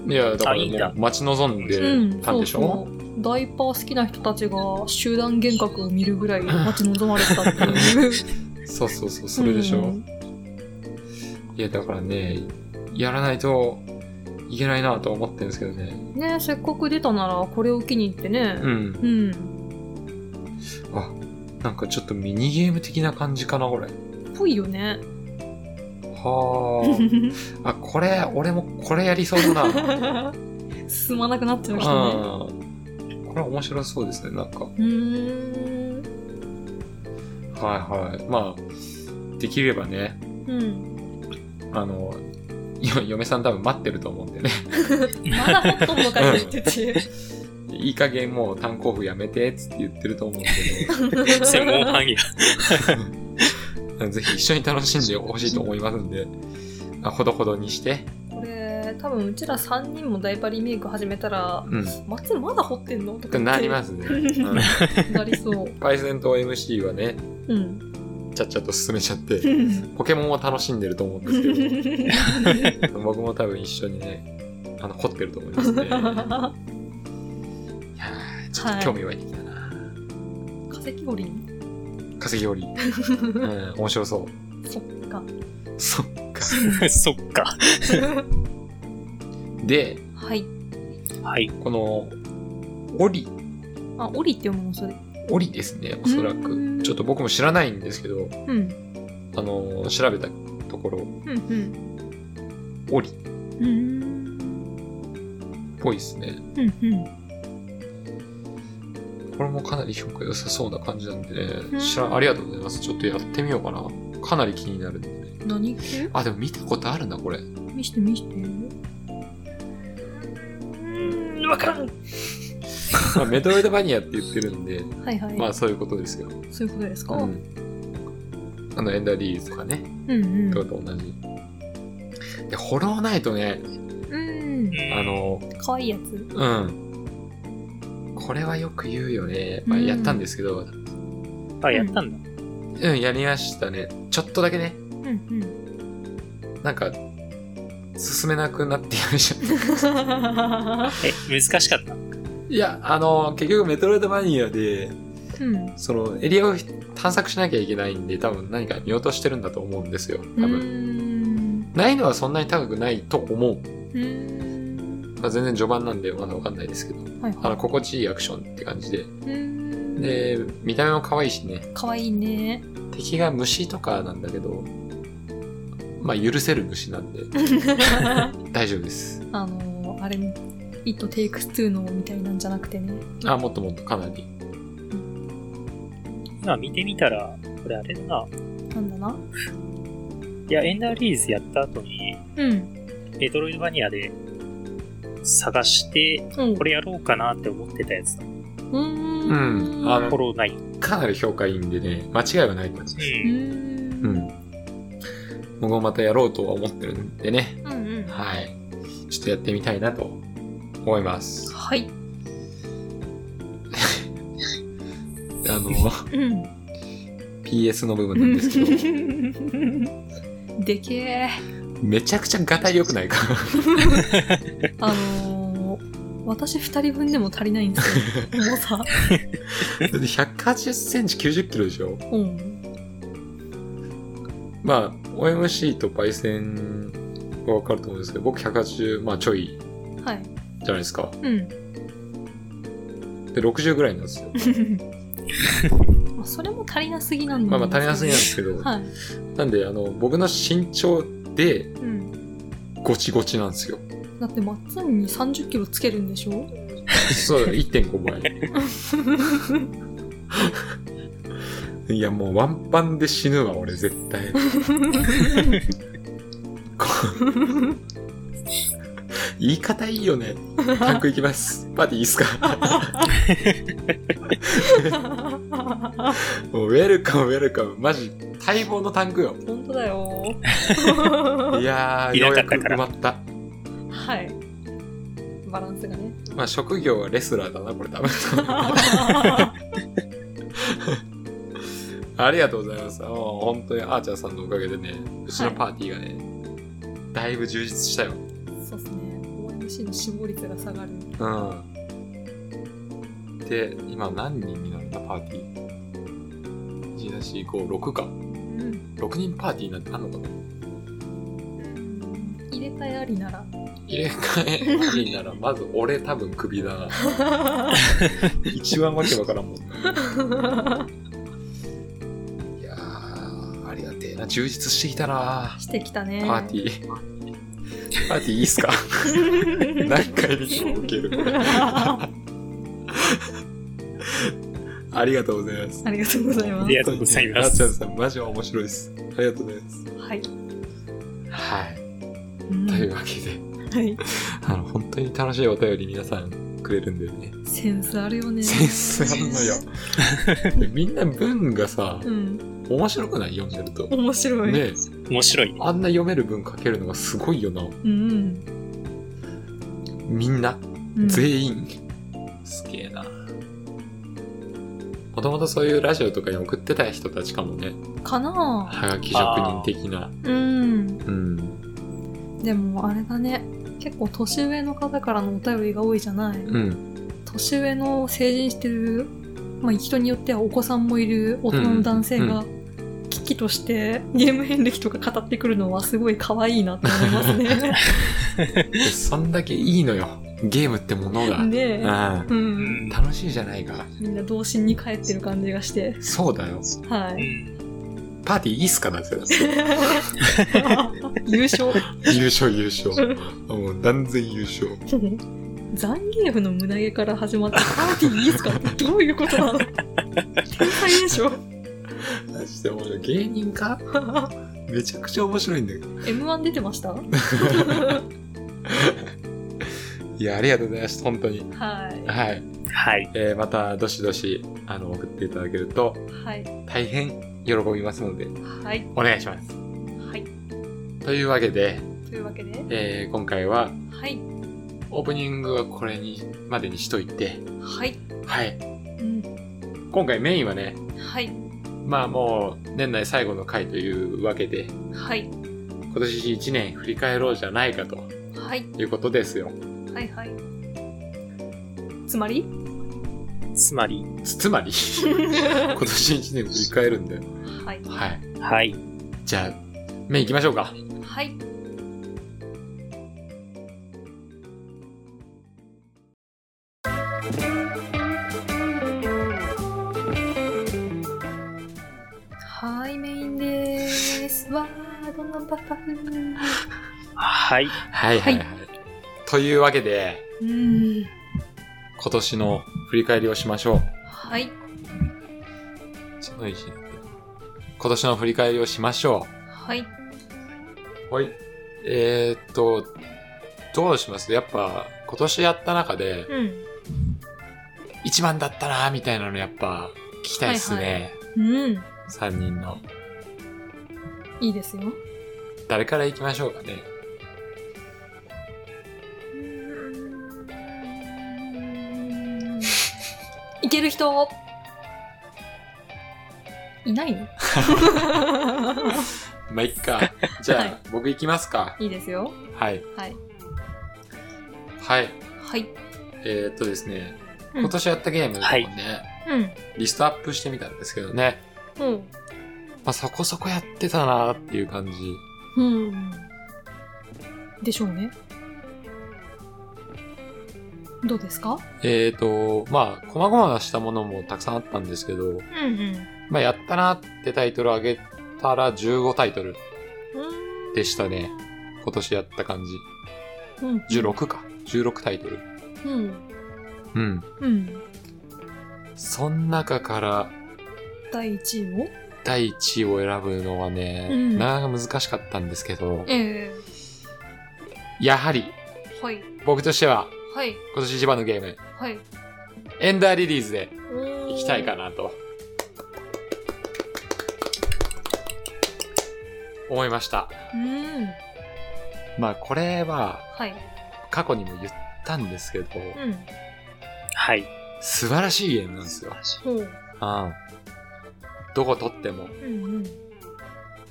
A: いや、だか
C: あいいん
A: ら
C: だ
A: もう待ち望ん
B: うん
A: でたんでしょ、
B: そうそうダイパー好きな人たちが集団幻覚を見る ぐらい待ち望まれたっていう。
A: そうそう そう、それでしょ、
B: うん
A: いや、だからね、やらないといけないなとは思ってるんですけどね。
B: ねせっかく出たならこれを機に入ってね
A: う。ん。
B: うん。
A: あ、なんかちょっとミニゲーム的な感じかな、これ。
B: ぽいよね。
A: はあ。あ、これ、俺もこれやりそう だな。
B: 進まなくなっちゃ
A: う。
B: うん人ね。
A: これ面白そうですね、なんか。
B: うーん。
A: はいはい。まあ、できればね、
B: うん。
A: あの、よ嫁さん多分待ってると思うんでね。
B: まだほっとんのかよって言って。
A: いい加減もう炭鉱夫やめて、つって言ってると思うんで
C: 専門範囲
A: ね、 ぜひ一緒に楽しんでほしいと思いますんで、あほどほどにして、
B: これ多分うちら3人もダイパリメイク始めたら
A: うん。
B: 「松まだ掘ってんの?」と
A: って
B: か
A: なりますね。 うん
B: すなりそう
A: パイセンと MC はね、
B: うん
A: ちゃっちゃと進めちゃって、ポケモンを楽しんでると思うんですけど、僕も多分一緒にね、あの、掘ってると思いますね。いやーちょっと興味湧いてきたな。
B: 化石掘り
A: 化石料理。うん、面白そう。
B: そっか
A: そっか。
C: が。 そっか。
A: で、
B: はい
C: はい。
A: この、オリ、
B: あオリって読むのそれ
A: オリですね、おそら
B: うん
A: く。ちょっと僕も知らないんですけど、
B: うん
A: あの、調べたところ、
B: うんうん
A: オリっ
B: うん
A: ぽいですね。
B: うんうん
A: これもかなり評価良さそうな感じなんで
B: うん
A: ね、知らんありがとうございます。ちょっとやってみようかな。かなり気になるんでね。
B: 何系
A: あ、でも見たことあるな、これ。
B: 見して見してうんわからん
A: まあメトロイドバニアって言ってる んで、
B: はいはい、
A: まあそういうことですよ。
B: そういうことですか、
A: う
B: うん、
A: ん。あの、エンダーリーズとかね、
B: うん
A: とかと同じ。で、ホローナイトね、
B: うん
A: あ、の、
B: かわいいやつ
A: うん。これはよく言うよね。まあ、
B: うん
A: やったんですけど、
C: あ、やったんだ。
A: うん、やりましたね。ちょっとだけね、
B: うんうん
A: なんか、進めなくなってやめちゃった。
C: え、難しかった。
A: いや、あの、結局メトロイドバニアで、
B: うん
A: そのエリアを探索しなきゃいけないんで、多分何か見落としてるんだと思うんですよ。多
B: う
A: 分。
B: ん
A: 難易度はそんなに高くないと思う。
B: うん
A: まあ、全然序盤なんでまだわかんないですけど、
B: はい
A: あの、
B: は
A: 心地いいアクションって感じで。
B: いうん
A: で、見た目も可愛いしね、
B: かわいい ね。
A: 敵が虫とかなんだけど、まあ許せる虫なんで、大丈夫です。
B: あのー、あれ、It Takes Two のみたいなんじゃなくてね。
A: あ、もっともっとかなり。
C: 今見てみたら、これあれだな。
B: なんだない
C: や、エンダーリーズやった後に、
B: うん。
C: メトロイドバニアで探して、
B: うん。
C: これやろうかなって思ってたやつだ。
B: うーん。
A: うんあの
C: フォローない。う。
A: かなり評価いいんでね、間違いはない感じです。
B: うん。
A: うんん。僕もまたやろうとは思ってるんでね。
B: うんうん。
A: はい。ちょっとやってみたいなと思います。
B: はい。
A: あの、
B: うん。
A: PS の部分なんですけ ど、
B: でけえ。
A: めちゃくちゃガタイ良くないか。
B: あのー、私二人分でも足りないんです よ。重さ。
A: だって180センチ90キロでしょ
B: うん。
A: まあ、OMC とパイセンはわかると思うんですけど、僕180、まあちょい
B: はい。
A: じゃないですか。
B: うん。
A: で、60ぐらいなんですよ。
B: まあそれも足りなすぎなんだ
A: まあまあ足りなすぎなんですけど、
B: はい。
A: なんで、あの、僕の身長で
B: うん。
A: ゴチゴチなんですよ。
B: だって、マッツンに30キロつけるんでしょ
A: そう、1.5倍。 いや、もうワンパンで死ぬわ、俺、絶 対。こう言い方いいよね。タンクいきます。パーティーいいっすか
B: は
A: もうウェルカムウェルカムマジ待望のタンクよ
B: 本当だよ。
A: いやー
C: い
A: よ
C: な
A: う
C: か
A: やく
C: ったから
A: 埋まった
B: はい。バランスが ね。
A: まあ職業はレスラーだなこれ多分ありがとうございますもう本当にアーチャーさんのおかげでねうちのパーティーがね、だいぶ充実したよ
B: そうですね。OMC の死亡率が下がる。
A: うん。で、今何人になるんだ、パーティー。1、2、3、4、5、6か。
B: うん。
A: 6人パーティーなんてあんのかな
B: 入れ替えありな ら。
A: 入れ替えありなら、まず俺多分クビだな。一番わけわからんもんな。いやー、ありがてえな。充実してきたな。
B: してきた
A: パ
B: ね。
A: ーティー。パーティーいいっす か何回でも受け るこれ。ありがとうございます。
B: ありがとうございま
C: あ
B: す
C: り。がとうございま
A: ラッチャー
C: す。
A: さん、マジ面白いです。ありがとうございます。
B: はい。
A: はい。
B: うん
A: というわけで、
B: はい。
A: あの、本当に楽しいお便り皆さんくれるんだよね。
B: センスあるよね。
A: センスあ んのよ。でみんな文がさ、
B: うん。
A: 面白くない読んでると。ね
B: 面白い。
A: え
C: 面白い。
A: あんな読める文書けるのがすごいよな。
B: うん。
A: みんな、
B: うん。
A: 全員。すげえな。もともとそういうラジオとかに送ってた人たちかもね。
B: かなあ
A: はがき職人的な。
B: うん。
A: うん。
B: でもあれだね。結構年上の方からのお便りが多いじゃない。
A: うん。
B: 年上の成人してる、まあ、人によってはお子さんもいる大人の男性
A: うんう
B: が、危機としてゲーム遍歴とか語ってくるのはすごい可愛いなと思いますね。
A: でそんだけいいのよ。ゲームってもの が。
B: で、
A: うん。
B: う、
C: うんん。
A: 楽しいじゃないか。
B: みんな童心に帰ってる感じがして、
A: そうだよ。
B: は
C: う
B: い。
C: ん
A: パーティーいいっすかなんて。
B: 優勝。
A: 優勝優勝。もう断然優勝。
B: ザンゲーフの胸毛から始まったパーティーいいですかってどういうことなの天才でしょ
A: マジでもう芸人かめちゃくちゃ面白いんだけど。
B: ?M1 出てましたはい
A: や、ありがとうございます。本当に。
B: い。
A: はい。
C: はい。
A: えーまた、どしどし、あの、送っていただけると、
B: はい。
A: 大変喜びますので、
B: はい。
A: お願いします。
B: はい。
A: というわけで、
B: というわけで、
A: えー今回は、
B: はい。
A: オープニングはこれに、までにしといて、
B: はい。
A: はい。
B: うん。
A: 今回メインはね、
B: はい。
A: まあもう、年内最後の回というわけで、
B: はい。
A: 今年1年振り返ろうじゃないかと
B: はい。
A: いうことですよ。
B: はい。はい。つまり
C: つまり、
A: つつま り、今年1年振り返るんだよ。
B: はい。
A: はい。
C: はい。
A: じゃあ、目行きましょうか。
B: はい。はい、メインでーす。わー、どんなパパフー。
C: はい。
A: はいはいはい。というわけで、
B: うーん。
A: 今年の振り返りをしましょう。
B: はい。
A: その一年今年の振り返りをしましょ
B: はい。
A: う。はい。えー、っと、どうしますやっぱ、今年やった中で、
B: うん。
A: 一番だったなーみたいなのやっぱ、聞きたいっすね。
B: うん。
A: 三3人の。
B: いいですよ。
A: 誰から行きましょうかね。
B: いける人いないの
A: まあ、いっか。 じゃあ、
B: はい
A: 僕行きますか。
B: いいですよ。
A: はい。
B: はい。
A: はい。
B: はい。
A: えー、っとですね、
B: うん
A: 今年やったゲームをね、
C: はい
B: うん。
A: リストアップしてみたんですけどね。
B: うん。
A: まあ、そこそこやってたなーっていう感じ。
B: うん。でしょうね。どうですか
A: えっ、と、まあ、細々したものもたくさんあったんですけど、
B: うん
A: まあ、やったなってタイトル上げたら15タイトル
B: うん。
A: でしたね。今年やった感じ。
B: うん。
A: 16か。16タイトル。
B: うん。
A: うん。
B: うん。
A: そん中から
B: 第1位を
A: 第1位を選ぶのはね、
B: うん
A: なかなか難しかったんですけど、
B: ええ
A: やはり
B: はい。
A: 僕としては
B: はい。
A: 今年一番のゲーム、
B: はい。
A: エンダーリリーズで
B: 行
A: いきたいか。なと思いました。
B: うん。
A: まあこれは
B: はい。
A: 過去にも言ったんですけど、
B: うん。
C: はい。
A: 素晴らしいゲームなんですよ。
B: ほう。
A: うん。どこ取っても。
B: うん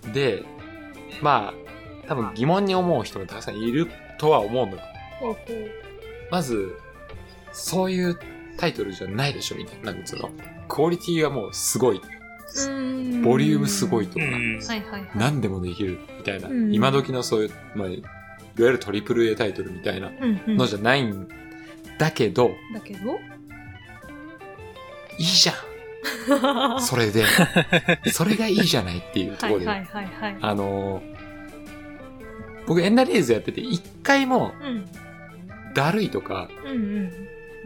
B: うん。
A: で、まあ多分疑問に思う人もたくさんいるとは思うの。
B: ほうほう。
A: まず、そういうタイトルじゃないでしょみたいな。なんつうのクオリティがもうすごい。
B: うん。
A: ボリュームすごいとか。
B: はいはいはい。
A: 何でもできるみたいな、
B: うん
A: 今時のそういう、まあ、いわゆるトリプル A タイトルみたいな
B: うんうん。
A: のじゃないんだけど、
B: だけど
A: いいじゃん それ でそれがいいじゃないっていうと
B: は
A: ころ
B: い
A: で、
B: はいはいはい。
A: あのー僕エンダレーズやってて一回も
B: うん。
A: だるいとか
B: うん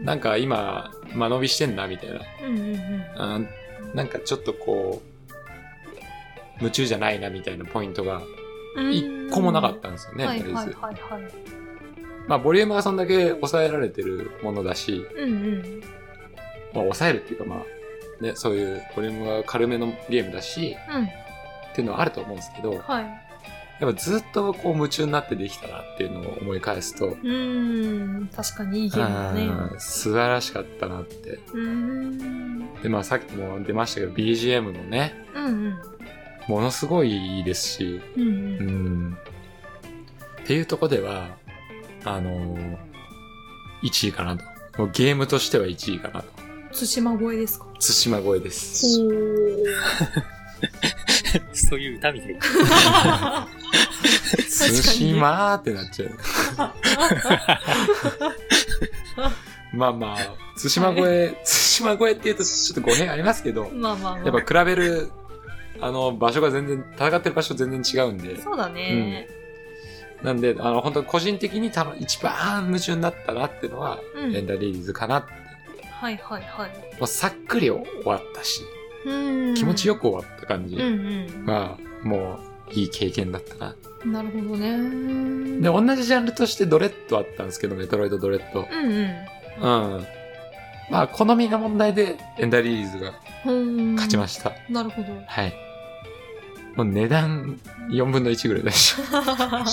B: うん。
A: なんか今間延びしてんなみたいな
B: うんうんうん。
A: あーなんかちょっとこう夢中じゃないなみたいなポイントが一個もなかったんですよね、
B: は
A: エ
B: い
A: ンダレー
B: はい
A: ズ。
B: はいはい。
A: まあ、ボリュームがそんだけ抑えられてるものだし、
B: うんうん。
A: まあ、抑えるっていうか、まあ、ね、そういうボリュームが軽めのゲームだし、
B: うん。
A: っていうのはあると思うんですけど、やっ
B: はい。
A: ぱずっとこう夢中になってできたなっていうのを思い返すと、
B: うーん。確かにいいゲームだね。
A: あー素晴らしかったなって。
B: うーん。
A: で、まあさっきも出ましたけど、BGM のね、
B: うんうん。
A: ものすごいいいですし、
B: うん
A: う
B: うん。
A: ん。っていうとこでは、あのー、1位かなと。もうゲームとしては1位かなと。
B: 対馬越えですかほ
A: 対馬越えです。
B: ー。
C: そういう歌みたいな。
A: 寿司まーってなっちゃう。 まあまあ、対馬越え、対馬越えって言うとちょっと語弊ありますけど、
B: まあまあまあ。
A: やっぱ比べる、あの、場所が全然、戦ってる場所全然違うんで、
B: そうだね。
A: なんで、あの、本当個人的にたの一番夢中になったなっていうのは、
B: うん
A: エンダーリリーズかなって。
B: はいはいはい。
A: もうさっくり終わったし、
B: うーん。
A: 気持ちよく終わった感じ
B: うんうん。
A: が、もう、いい経験だったな。
B: なるほどね。
A: で、同じジャンルとしてドレッドあったんですけど、メトロイドドレッド。
B: うんうん。
A: うん。まあ、好みの問題でエンダーリリーズが
B: ほーん。
A: 勝ちました。
B: なるほ ど。
A: はい。もう値段4分の1ぐらいだし。
B: まあ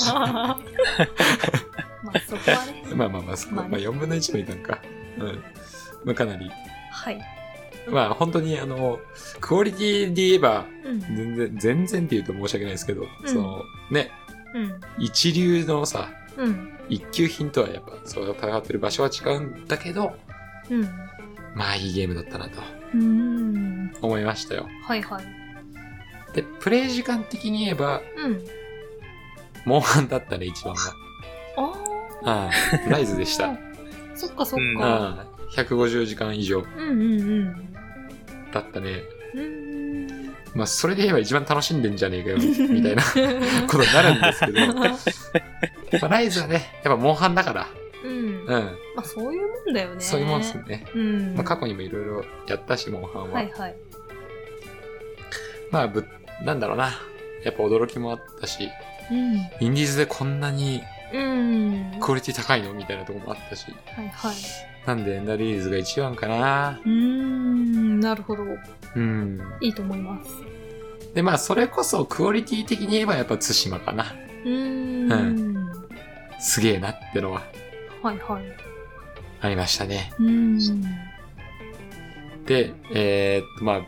B: そこはね。
A: まあまあまあ、そこ
B: まあ
A: ま
B: ね
A: あ4分の1もいたんか。うん。まあかなり。
B: はい。
A: まあ本当にあの、クオリティで言えば、
B: うん。
A: 全然、全然って言うと申し訳ないですけど、
B: うん
A: その、ね、
B: うん。
A: 一流のさ、
B: うん。
A: 一級品とはやっぱ、そう、戦ってる場所は違うんだけど、
B: うん。う
A: まあいいゲームだったなと
B: ーん。
A: 思いましたよ。
B: はいはい。
A: で、プレイ時間的に言えば、
B: うん。
A: モンハンだったね、一番は。
B: あ
A: ああ、ライズでした。あ
B: あ。そっかそっ
C: うん
B: か。
A: あ、150時間以上
B: うんうんうん。
A: だったね。
B: うーん。
A: まあ、それで言えば一番楽しんでんじゃねえかよ、みたいなことになるんですけど。やっぱライズはね、やっぱモンハンだから、
B: うん。ま
A: うん、
B: あそういうもんだよね。
A: そういうもんです。ね。
B: うん。
A: まあ、過去にもいろいろやったし、モンハンは。
B: はいはい。
A: まあぶ、なんだろうな。やっぱ驚きもあったし、
B: うん。
A: インディーズでこんなに
B: うん。
A: クオリティ高いのみたいなとこもあったし。
B: はいはい。
A: なんで、エンダーリリーズが一番かな。
B: うーん。なるほど。
A: うん。
B: いいと思います。
A: で、まあ、それこそクオリティ的に言えばやっぱ対馬かな。
B: うーん。
A: すげえなってのは
B: はいはい。
A: ありましたね。
B: うーん。
A: で、えーっと、まあ、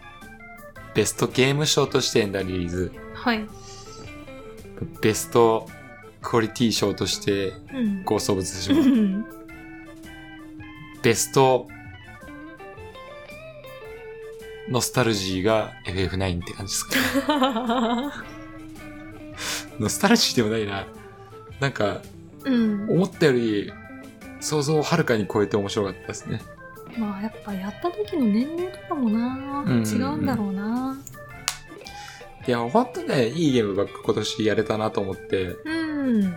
A: ベストゲーム賞としてエンダーリリーズ、
B: はい。
A: ベストクオリティ賞として
B: うん。
A: ゴーストオブツシ
B: う
A: マ
B: ん
A: ベストノスタルジーが FF9 って感じですかね。ノスタルジーでもないな。なんか、
B: うん。
A: 思ったより想像をはるかに超えて面白かったですね。
B: まあやっぱやった時の年齢とかもな、
A: うん
B: 違うんだろうな。
A: いや、ほんとね、いいゲームばっか今年やれたなと思って、
B: うん。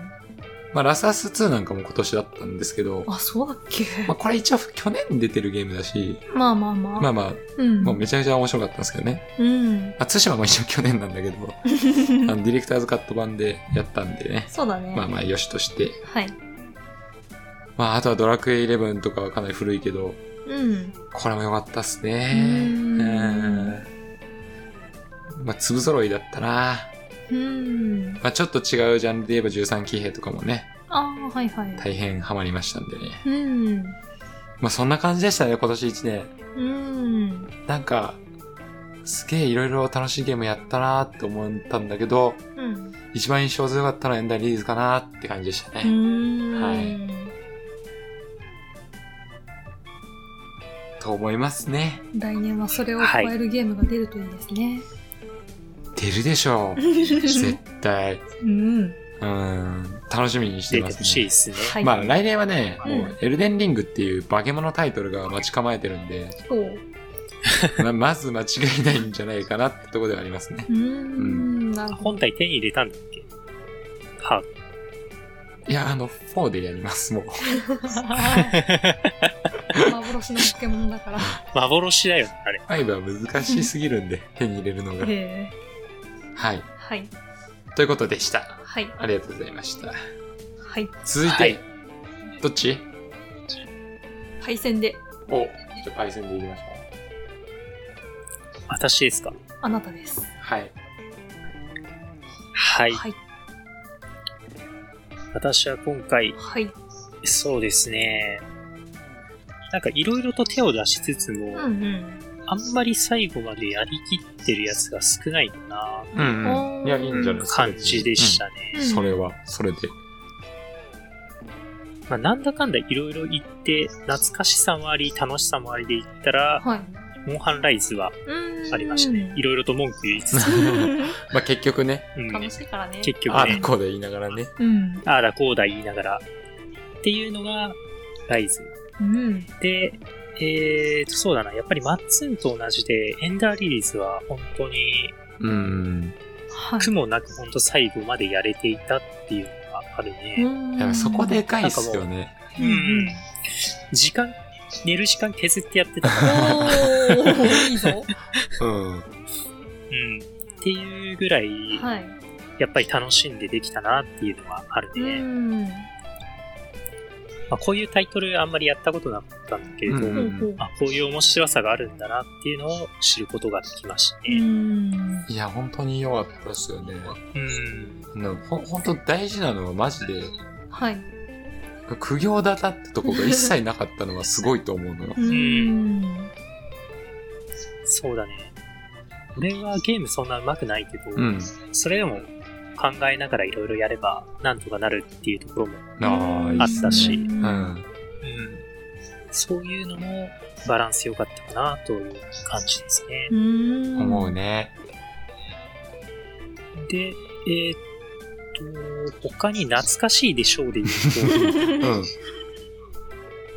A: まあ、ラスアス2なんかも今年だったんですけど、
B: あ、そうだっけ。
A: まあ、これ一応去年出てるゲームだし、
B: まあまあまあ。
A: まあまあ、
B: うん。
A: もうめちゃくちゃ面白かったんですけどね。
B: うん。
A: まあ、対馬も一応去年なんだけど、 あのディレクターズカット版でやったんでね。
B: そうだね。
A: まあまあ、よしとして。
B: はい。
A: まあ、あとはドラクエ11とかはかなり古いけど、
B: うん。
A: これも良かったっすね。
B: うーん
A: うーんまあ、粒揃いだったな。
B: うん。
A: まあ、ちょっと違うジャンルで言えば13騎兵とかもね、
B: ああ、はいはい。
A: 大変ハマりましたんでね。
B: うん。
A: まあ、そんな感じでしたね、今年1年。
B: うん。
A: なんか、すげえいろいろ楽しいゲームやったなーって思ったんだけど、
B: うん。
A: 一番印象強かったのはエンダーリリーズかなーって感じでした
B: う
A: ね。
B: ん。
A: はいと思いますね。
B: 来年はそれを超えるゲームが出るといいですね。
A: 出るでしょう。絶対。
B: うん。
A: うん。楽しみにして
C: 出
A: ま
C: て
A: す、
C: ほ
A: ね。
C: しいですね。
B: はい。
A: まあ来年はね、
B: うん
A: もうエルデンリングっていう化け物タイトルが待ち構えてるん で、
B: そう。
A: ままず間違いないんじゃないかなってとこではありますね。
B: うーん。なるほ
C: 本体手に入れたんだっけハ
A: いや、あの、4でやります、もう。
B: ど。
C: ー ブ
B: 幻のポケモンだから。
C: 幻だよね、あれ。
A: 5は難しすぎるんで、手に入れるのが。
B: へえ。
A: はい。
B: はい。
A: ということでした。
B: はい。
A: ありがとうございました。
B: はい。
A: 続いて、
C: はい
A: どっち
B: 配線で、
A: お、じゃあパイセンでいきましょ
C: 私ですか
B: あなたです。
A: う。はい。
C: はい。
B: はい。
C: 私は今回、
B: はい。
C: そうですね。なんかいろいろと手を出しつつも、
B: うんうん。
C: あんまり最後までやりきってるやつが少ないかな、
A: うんうん。いや、いいんじゃないですか。
C: 感じでしたね。
A: うん。それは、それで。
C: まあ、なんだかんだいろいろ言って、懐かしさもあり、楽しさもありで言ったら、
B: はい。
C: モンハンライズは
B: うん。
C: ありましたね。いろいろと文句言いつつ、
A: まあ結局ね、
C: うん
B: 楽しいからね。
C: 結
A: あ
C: 局
A: あだ
C: ね、
A: こうで言いながらね。
B: うん。
C: ああだこうだ言いながら、っていうのが、ライズ。
B: うん。
C: で、えーと、そうだな、やっぱりマッツンと同じで、エンダーリリーズは本当に
A: うん。
B: はい。
C: 苦もなく本当最後までやれていたっていうのがあるね。
A: やっぱそこでかいっすよね。
B: う
C: うんん
B: うん。
C: 時間、寝る時間削ってやってたか
B: お
C: ら、
B: ー、いいぞ。
A: うん。
C: うん。っていうぐらい、
B: はい。
C: やっぱり楽しんでできたなっていうのがある
B: う
C: ね。
B: ん。
C: まあ、こういうタイトルあんまりやったことなかったんだけれど、
A: うん
B: ほうほう。
C: まあ、こういう面白さがあるんだなっていうのを知ることができました
B: う
C: ね。
B: ん。
A: いや、本当に良かったですよね。
C: うん。
A: あのほ本当大事なのはマジで、
B: はい。
A: 苦行だったってとこが一切なかったのはすごいと思うのよ
B: う。ん。
C: そうだね。俺はゲームそんな上手くないけど、
A: うん。
C: それでも考えながらいろいろやればなんとかなるっていうところも、
A: ああ、いいっすね
C: あった
A: う。
C: し
B: うん
C: そういうのもバランス良かったかなという感じですね。
B: ん。
A: 思う。ね。
C: で、えーっと、他に懐かしいでしょう で言うと、
A: うん。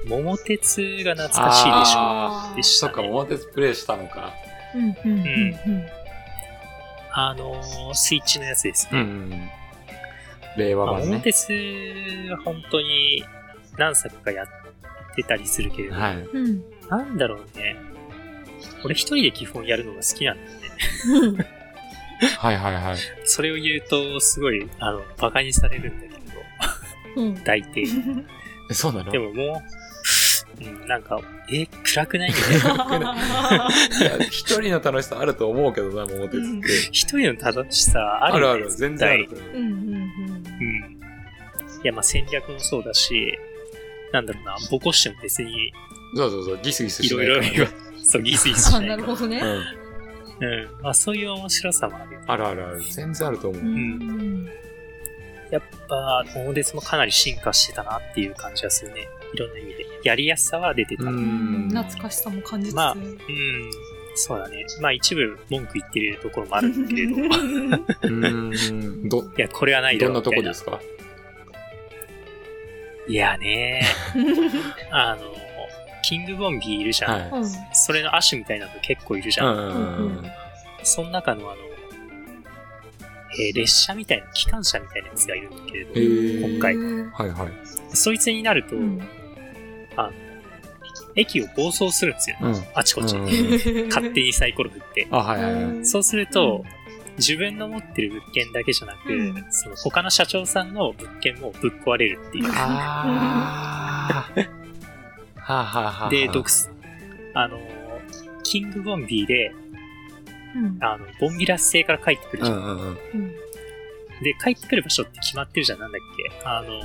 C: 桃鉄が懐かしいでしょ
A: あ
C: うでし
A: そ
C: た
A: っか、
C: ね。
A: 桃鉄プレイしたのか。
B: うんうんうん
C: あのースイッチのやつです
A: うんう
C: ね。
A: ん。令
C: ま
A: 和
C: あ、
A: 版
C: 桃
A: ね。
C: 鉄は本当に何作かやってたりするけれど、
A: はい。
B: うん。うん。
C: なんだろうね。俺一人で基本やるのが好きなんだよね。
A: はいはいはい。
C: それを言うと、すごい、あの、馬鹿にされるんだけど、
B: うん。
C: 大抵。
A: えそうなの
C: でももう、うん、なんか、え、暗くな いみたいな。
A: いや一人の楽しさあると思うけどな、桃鉄って。
C: 一人の正しさある
A: あ
C: よ
A: る
C: ね
A: ある、全然ある。と思う
B: うんうん
C: うん。いや、まあ戦略もそうだし、なんだろうな、ボコしても別に
A: そうそうそう、ギスギス
C: い
A: し
C: ろ
A: ないい
C: ろ
A: から
C: 言わ、そう、ギスギスし
B: あ、
C: な
B: ないる
C: から。
B: ほどね。
A: うん
C: うん。まあそういう面白さもあるよ。
A: あるあるある、全然あると思う
B: う。ん。
C: やっぱ、モデスもかなり進化してたなっていう感じがするね。いろんな意味で。やりやすさは出てた。
A: う
C: うん。
A: ん
B: 懐かしさも感じつつ。
C: まあそうだね。まあ一部文句言ってるところもあるんだ けれど。い
A: うん。ど、
C: や、これはない
A: ど
C: だろ
A: んなとこですすか
C: いやね。あの、キングボンビーいるじゃん。
A: はい。
C: それの亜種みたいなの結構いるじ
A: う
C: ゃん。
A: んうんうん。
C: その中のあの、えー列車みたいな、機関車みたいなやつがいるんだけれど、
A: えー
C: 今回
A: はいはい。
C: そいつになると、駅を暴走するんですよ。
A: うん。
C: あちこち。
A: うん
C: 勝手にサイコロ振って。
A: あ、はいはいはい。
C: そうすると、自分の持ってる物件だけじゃなく、
B: うん
C: その他の社長さんの物件もぶっ壊れるっていう。
A: あー。はあ、はあはあはあ、
C: で、独占あのー、キングボンビーで、あの、ボンビラス星から帰ってくる
A: う
C: じゃ
A: ん
C: ん。
A: うんうん。
C: で、帰ってくる場所って決まってるじゃん、なんだっけ。あの、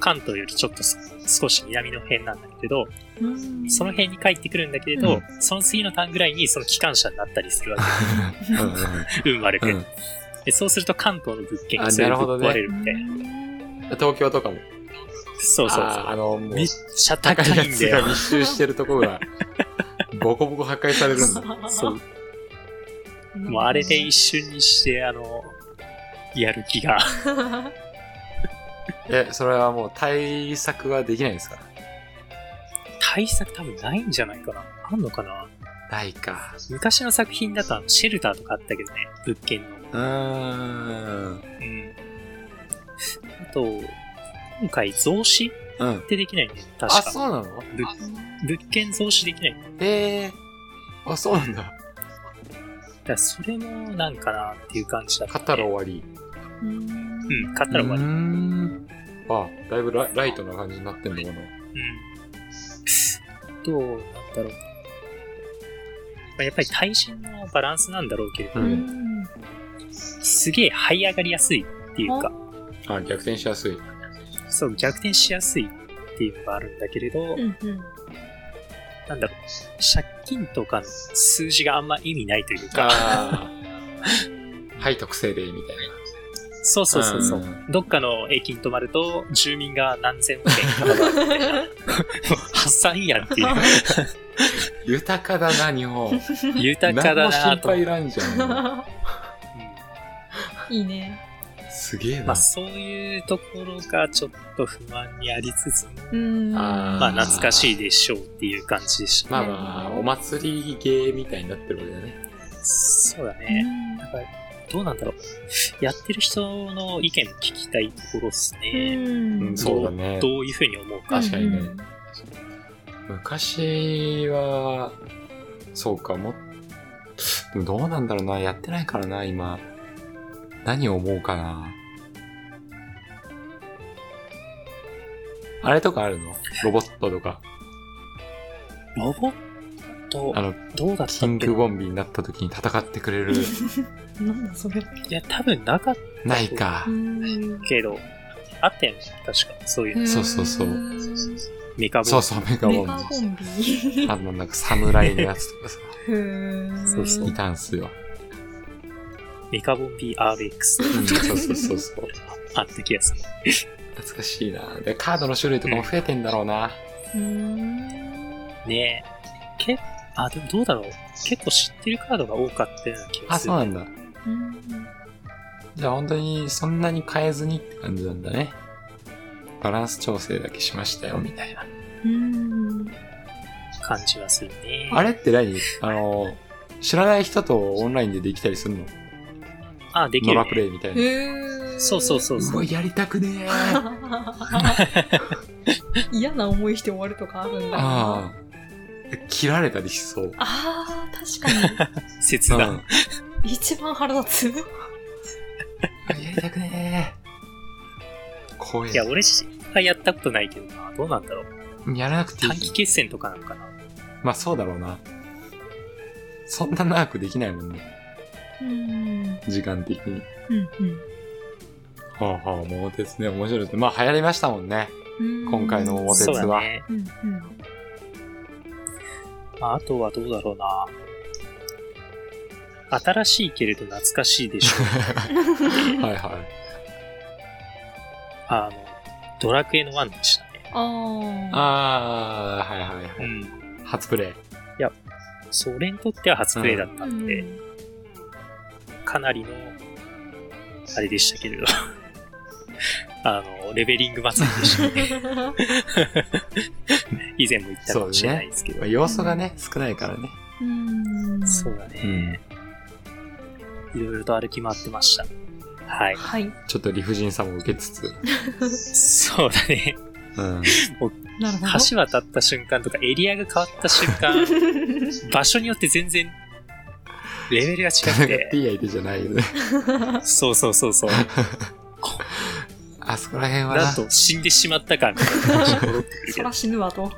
C: 関東よりちょっとす少し南の辺なんだけど、
B: うん
C: その辺に帰ってくるんだけれど、その次のターンぐらいにその機関車になったりする わけ。運悪く、
A: うん
C: で。そうすると関東の物件
A: あ
C: が全
A: な
C: 部
A: るほど
C: ぶ
A: ね
C: っ壊れるみたいな。
A: 東京とかも。
C: そうそう
A: あー
C: そ
A: あの、も
C: う。
A: う
C: めっ、ちゃ高
A: 高いや
C: いん
A: つ
C: だ
A: が
C: よ。
A: 密集してるところが、ボコボコ破壊されるんだ。
C: そう。もうあれで一瞬にして、あの、やる気が。
A: え、それはもう対策はできないですか
C: 対策多分ないんじゃないかな。あんのかな
A: ないか。
C: 昔の作品だとあのシェルターとかあったけどね、物件の。
A: うーん。
C: うん。あと、今回増資
A: うん。
C: ってできないんだよ、確
A: あ、
C: か。
A: そうなの
C: 物件増資できない。
A: ええあ、そうなんだ。
C: だからそれもなんかなっていう感じだった、
A: 買ったら終わり。
C: うん、買ったら終わり。
A: うー
C: うん
A: あ、だいぶラライトな感じになってんのかな。
C: ん。どうなんだろう。まあやっぱり対人のバランスなんだろうけれど、
A: うん
C: すげえ這い上がりやすいっていうか、
A: あ、逆転しやすい。
C: そう、逆転しやすいっていうのがあるんだけれど、なんだろう、借金とかの数字があんま意味ないというか、
A: ああ。はい、特性で、みたいな。
C: そうそうそうそう、
A: ん
C: どっかの駅に泊まると、住民が何千億円か かるみたいな、もう発散やんっていう、
A: 豊かだな、日本。
C: 豊かだ
A: 何
C: な
A: も
C: と
A: 心。配いらんじゃん。
C: うん
B: いいね。
A: すげえな。
C: まあ、そういうところがちょっと不満にありつつも、
B: うん。
A: あー
C: まあ、懐かしいでしょうっていう感じでした。
A: まあまあ、お祭り芸みたいになってるわけだね。
C: そうだね。なんか、どうなんだろう。やってる人の意見も聞きたいところですね。
B: うん
A: そうだね。
C: どういうふうに思うか。
A: 確かにね
B: うん
A: 昔は、そうか、も、でもどうなんだろうな。やってないからな、今。何を思うかな。あれとかあるのロボットとか。
C: ロボット
A: あ、の、
C: どうだっ
A: キ
C: たっ
A: ン
C: け
A: グボンビーになった時に戦ってくれ る。
B: なんだそれ。
C: いや、多分なかっ
A: ないか
B: う。ん
C: たけど、あったよね。確か。そういうの。
A: そうそうそう
C: メカボ
A: そうそう、メガボ
B: メ
A: ンビ
B: ガコ
A: ー。
B: ンビ。
A: あの、なんか侍のやつとかさ、
B: へー
C: そうそ
A: いたんすよ。
C: メカボン BRX
A: うんそうそうそうそう。
C: あった気がする。
A: 懐かしいな。で、カードの種類とかも増えてんだろうな。
B: うん
C: ねえ。け、あ、でもどうだろう。結構知ってるカードが多かったような気が
A: あ、
C: す
A: そ
C: る。
A: うなんだ。じゃあ本当にそんなに変えずにって感じなんだね。バランス調整だけしましたよ、みたいな。
B: うん
C: 感じはするね。
A: あれって何あの、知らない人とオンラインでできたりするの
C: あ、でき
A: ノ
C: る、
A: ラ
C: ね。
A: プレイみたいな。
B: へー
C: そうそうそう
A: う
C: そう。
A: わ、やりたくねえ。 あ
B: 嫌な思いして終わるとかあるんだ。
A: あ。切られたりしそう。
B: あー確か
C: 切
A: うん
C: 断。
B: に。一番腹立つ。
A: やりたくねえ。怖え
C: いや、俺はやったことないけどな。どうなんだろう。
A: やらなくてい
C: 短期
A: い。
C: 決戦とかなのかな。
A: まあそうだろうな。そんな長くできないもんね。
B: うん。
A: 時間的に。
B: うん
A: はあはあ、桃鉄ね、面白いですね。まあ流行りましたも んね。
B: うん。
A: 今回の桃鉄
C: そうだ
A: は。
C: ね。
B: うんうん。
C: まあ、あとはどうだろうな。新しいけれど懐かしいでしょう。
A: はいはい。
C: あの、ドラクエの1でしたね。
B: あ
A: あー、はいはいは
C: う
A: い。
C: ん。
A: 初プレイ。
C: それにとっては初プレイだった
B: あ。
C: んで、かなりの、あれでしたけれど。 あの、レベリング祭りで したね。以前も言ったかもしれないですけど。
A: まあ、要素がね、少ないからね。
B: うん。
C: そうだね。いろいろと歩き回ってました。はい。
B: はい。
A: ちょっと理不尽さも受けつつ。
C: そうだね。
A: うん。
B: なるほど。
C: 橋渡った瞬間とかエリアが変わった瞬間、場所によって全然、レベルが違
A: 戦
C: く
A: って
C: て。
A: いい 相手じゃないよね。
C: そうそうそうそう。
A: あそこら辺は
C: な、
A: なん
C: と死んでしまった感みたいな感じに戻ってく る
B: そ
C: けど
B: ら。死ぬわと。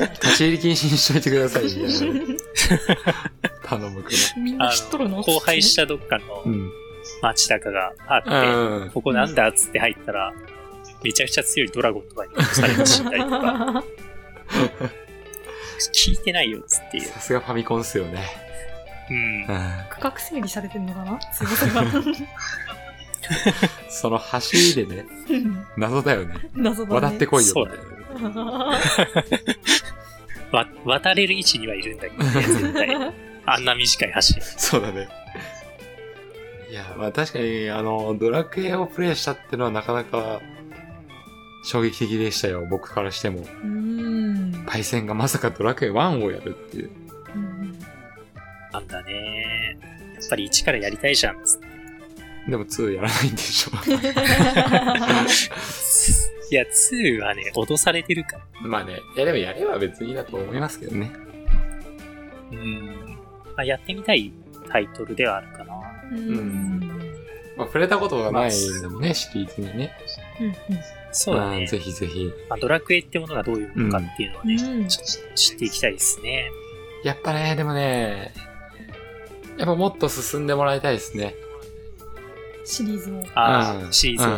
A: 立ち入り禁止にしといてください、み たいな。頼むから。
B: みん
C: あ
B: な知っとるの
C: の、荒廃し。たどっかの
A: うん。
C: 街中があって、
A: うん。
C: ここなんだっつって入ったら、めちゃくちゃ強いドラゴンとかに殺されて死んだりとか、聞いてないよっつっていう。
A: さすがファミコンっすよね。
C: うん
A: う。ん
B: 区画整理されてるのかなすいませんが
A: その走りでね、謎だよね。
B: 謎だね
A: 渡 ってこい
C: そ
A: よ
C: うだよ。
B: う
C: わ、渡れる位置にはいるんだけどね、絶 対。あんな短い橋。
A: そうだね。
E: いや、まあ確かに、あの、ドラクエをプレイしたってのはなかなか衝撃的でしたよ、僕からしても。
B: ーん
E: パイセンがまさかドラクエ1をやるっていう。
B: うん
C: なんだね。やっぱり一からやりたいじゃんっつって。
E: でも2やらないんでしょ。
C: いや、2はね、脅されてるから。
A: まあね、いやでもやれば別にだと思いますけどね。
C: うん。まあ、やってみたいタイトルではあるかな。
B: うん
A: うまあ、触れたことがないのもね、シリーズにね。
B: うん
C: そうだ
A: うん
C: ね。
A: ぜひぜひ。
C: まあ、ドラクエってものがどういうものかっていうのはね、
B: うん
C: ちょっと知っていきたいですね。
A: やっぱね、でもね、やっぱもっと進んでもらいたいですね。
B: シリーズも
C: ああ、
A: うん
C: シリーズ、
A: うん。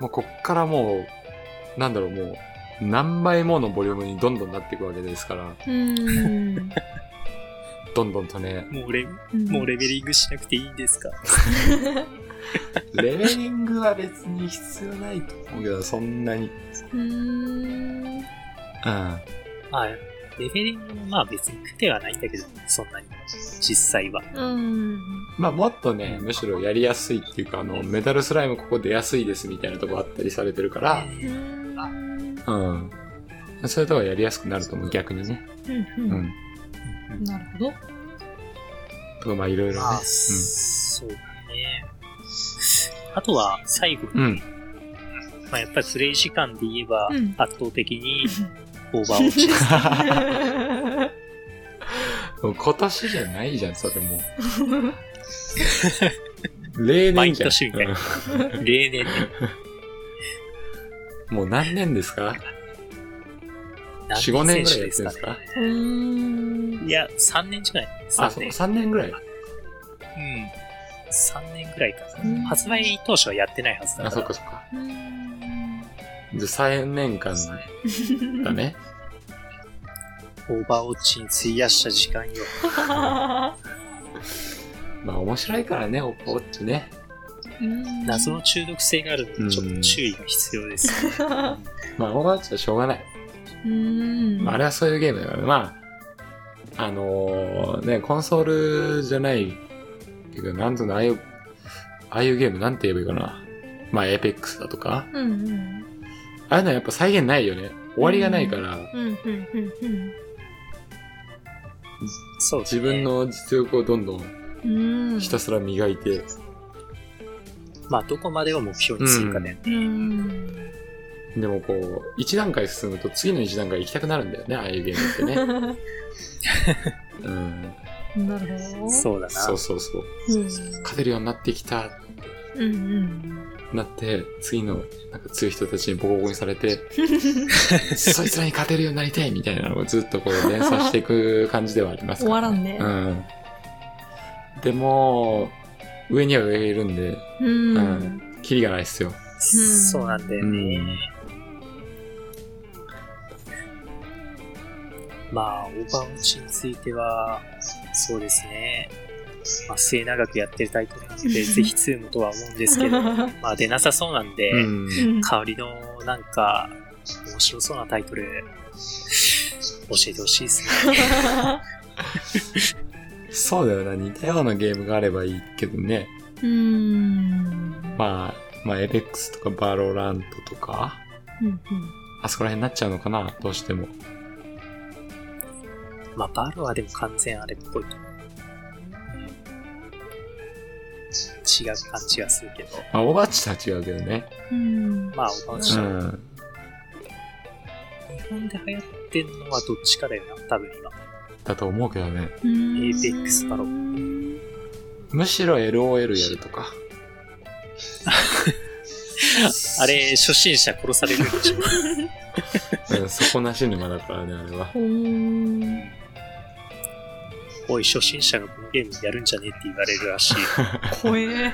A: もうこっからもう、なんだろう、もう、何倍ものボリュームにどんどんなっていくわけですから、
B: うん
A: どんどんとね、
C: もうレ、もうレベリングしなくていいんですか。
A: レベリングは別に必要ないと思うけど、そんなに。うん。
B: うん
A: ま
C: まあ、レベリングもまあ別に苦ではないんだけど、そんなに、実際は。
B: うん
A: あもっとね、むしろやりやすいっていうか、あの、メタルスライムここ出やすいですみたいなとこあったりされてるから、
B: うん
A: うん。それとはやりやすくなると思う、逆にね。
B: うん
A: うん。
B: なるほど
A: とか、まあいろいろ
C: まあ、
A: ね。
C: そうだね。あとは、最後に、
A: うん。
C: まあやっぱりプレイ時間で言えば
B: うん、
C: 圧倒 的にオーバーウォッチです。
A: もう今年じゃないじゃん、それもう。例
C: 毎
A: 年じゃん。
C: 年みたいな。例年ね。
A: うんもう何年ですか4 5年ぐらいやってるんですか
C: ね
B: うん
C: いや、3年じゃない。
A: あ、
C: 3
A: そう、
C: 年。
A: 3年ぐらい。
C: うん。3年ぐらいか
B: うん
C: な。発売当初はやってないはずだ
A: あ、
C: か
A: そっ
C: ら
A: か。そっか。じゃあ3年間だね。
C: オーバーウォッチに費やした時間よ。
A: まあ面白いからね、オッパウォッチね。
C: 謎の中毒性があるので、ちょっと注意が必要です。
A: まあオッパウォッチはしょうがない。
B: うん
A: あれはそういうゲームだからね。まあ、あのーね、コンソールじゃないけど、なんとなああいう、ああいうゲームなんて言えばいいかな。まあ、エーペックスだとか。
B: うんうん
A: ああいうのはやっぱ再現ないよね。終わりがないから、
B: うんうんうん
C: そうです
A: 自
C: ね
A: 分の実力をどんどん
B: うん
A: ひたすら磨いて、
C: まあ、どこまでを目標にするかね。
B: うん
A: でもこう、一段階進むと次の一段階行きたくなるんだよね、ああいうゲー ムってね。うん。
B: なるほど
C: そうだな。
A: そうそうそう。
B: うん
A: 勝てるようになってきた、
B: うんうん
A: なって、次の、なんか強い人たちにボコボコにされて、そいつらに勝てるようになりたいみたいなのをずっとこう連鎖していく感じではあります
B: 終
A: か
B: わ
A: ら。
B: らんね
A: うん。でも、上には上がいるんで、
B: うん
A: うんキリがないっすよ。
C: そうなんだよね。
A: うん
C: まあ、オーバーウォッチについては、そうですね。まあ、末永くやってるタイトルなので、ぜひ2もとは思うんですけ ど、まあ出なさそうなんで、
A: うん。
B: うん
C: 代わりのなんか、面白そうなタイトル、教えてほしいですね。
A: そうだよな、似たようなゲームがあればいいけどね。
B: うん
A: まあ、まあ、エペックスとかバロラントとか、
B: うん
A: あそこら辺になっちゃうのかな、どうしても。
C: まあ、バルはでも完全あれっぽいと思う。違う感じがするけど。
A: まあ、オーバーチとは違うけどね。
B: うん
C: まあ、おばあち
A: う
C: ゃん。
A: ん。
C: 日本で流行ってんのはどっちかだよな、多分今。
A: だと思うけどね。
B: うん
C: エーペックスバロ
A: むしろ LOL やるとか。
C: あれ、初心者殺されるんでしょ。
A: うん、底なし沼だからね、あれは。
B: うん
C: おい、初心者がこのゲームやるんじゃねえって言われる らしい。
B: 怖え。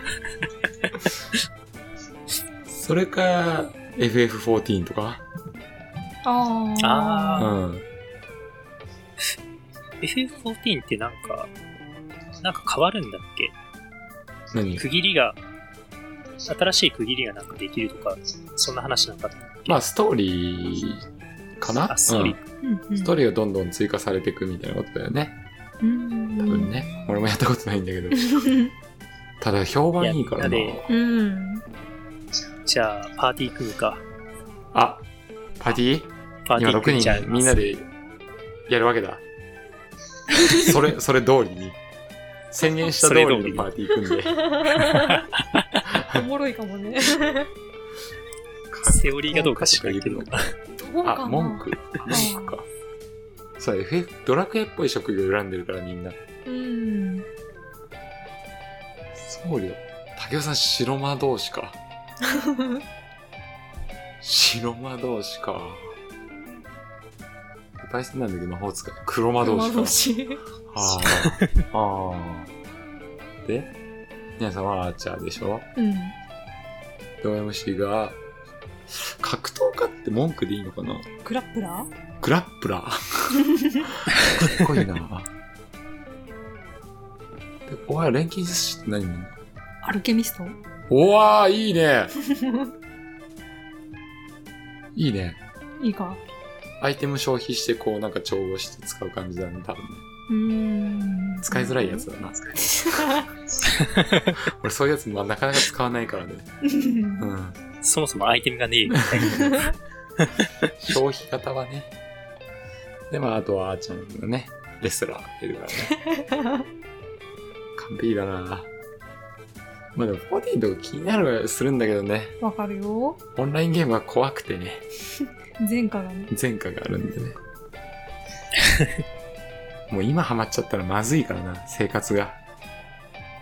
A: それか、FF14 とか。
B: あー
A: う
C: あ
A: ん。
C: FF14 ってなんか、なんか変わるんだっけ
A: 何
C: 区切りが、新しい区切りがなんかできるとか、そんな話なかったっけ
A: まあ、ストーリーかな
C: あストーリー
A: うん
B: うんうん
A: ストーリーがどんどん追加されていくみたいなことだよね。
B: うん
A: 多分ね。俺もやったことないんだけど。ただ、評判いいからない
C: やみんな。
D: うん。
C: じゃあ、パーティー組むか。
A: あ、パーティー
C: パーテ
A: 今
C: ィー組
A: 6
C: んじゃい
A: 人
C: ます
A: みんな。でやるわけ だ。それ、それ通りに。宣言した通
C: それ通
A: り
C: りに
A: のパーティー組んで。
B: おもろいかもね。
C: セオリーがどうか知らんけど。
B: どうかな
A: あ、文句。文句か。そう、FF、ドラクエっぽい職業選んでるからみんな。
B: うん。
A: 僧侶。竹雄さん、白魔同士か。白魔同士か。大好きなんだけど、魔法使い。黒魔同士か。
B: 士。
A: ああ。ああ。で、皆さんはアーチャーでしょ
B: うん。
A: で OMC が、格闘家って文句でいいのかな
B: クラップラー
A: グラップラー。かっこい いな。で、お前錬金術師って何なんだ
B: アルケミスト
A: おわー、いいね。いいね。
B: いいか。
A: アイテム消費して、こう、なんか調合して使う感じだね、多分ね。
B: うん。
A: 使いづらいやつだな。俺、そういうやつ、まあ、なかなか使わないからね。うん。
C: そもそもアイテムがねえみたいな。
A: 消費型はね。で、まあ、あとは、あーちゃんのね、レスラーいるからね。完璧だな。まあでも、4D とか気になるはするんだけどね。
B: わかるよ。
A: オンラインゲームは怖くてね。
B: 前科がね。
A: 前科があるんでね。もう今ハマっちゃったらまずいからな、生活が。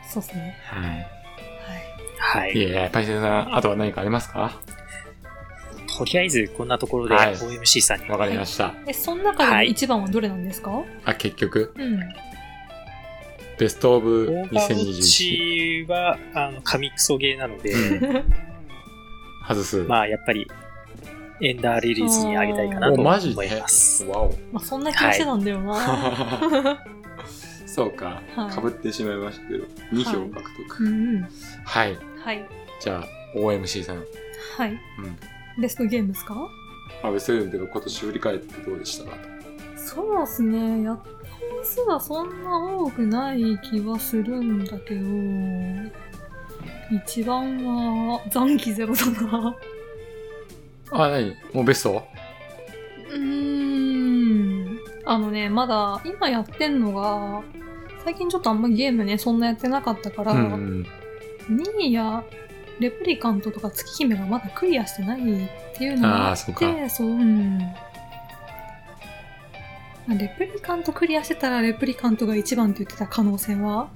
B: そうっすね。
A: は。
B: はい。
C: はい
A: い
C: い。
A: やいや、パイセンさん、あとは何かありますか
C: とりあえず、こんなところで
A: はい
C: OMC さんに
A: わかりました。
B: え、その中でも一番はどれなんですか、
A: あ、結局、
B: うん。
A: ベストオブ
C: オーバーウォッ
A: 2021。
C: チは、あの、神クソゲーなので、
A: 外す。
C: まあ、やっぱり、エンダーリリーズにあげたいかなと
A: お、マ
C: 思
A: ジで
C: います。
A: わお。
B: まあ、そんな気がしてたんだよな。
A: そうか
B: は、い
A: かぶってしまいましたけど、2票獲
B: う
A: 得。
B: んうん。
A: はい。
B: はい。
A: じゃあ、OMC さん。うん。
B: はい。ベストゲームですか
A: まあ、ベストゲームというか、今年振り返ってどうでしたか
B: そうですね。やった本数はそんな多くない気はするんだけど、一番は残機ゼロだな。
A: と。あ、何もうベスト
B: うーん。あのね、まだ今やってんのが、最近ちょっとあんまゲームね、そんなやってなかったから、
A: うんうん。
B: ニーヤ、レプリカントとか月姫がまだクリアしてないっていうのが
A: あ
B: あ
A: あ、
B: っ
A: そうか。
B: て、そう、うん。まあレプリカントクリアしてたらレプリカントが一番って言ってた可能性は、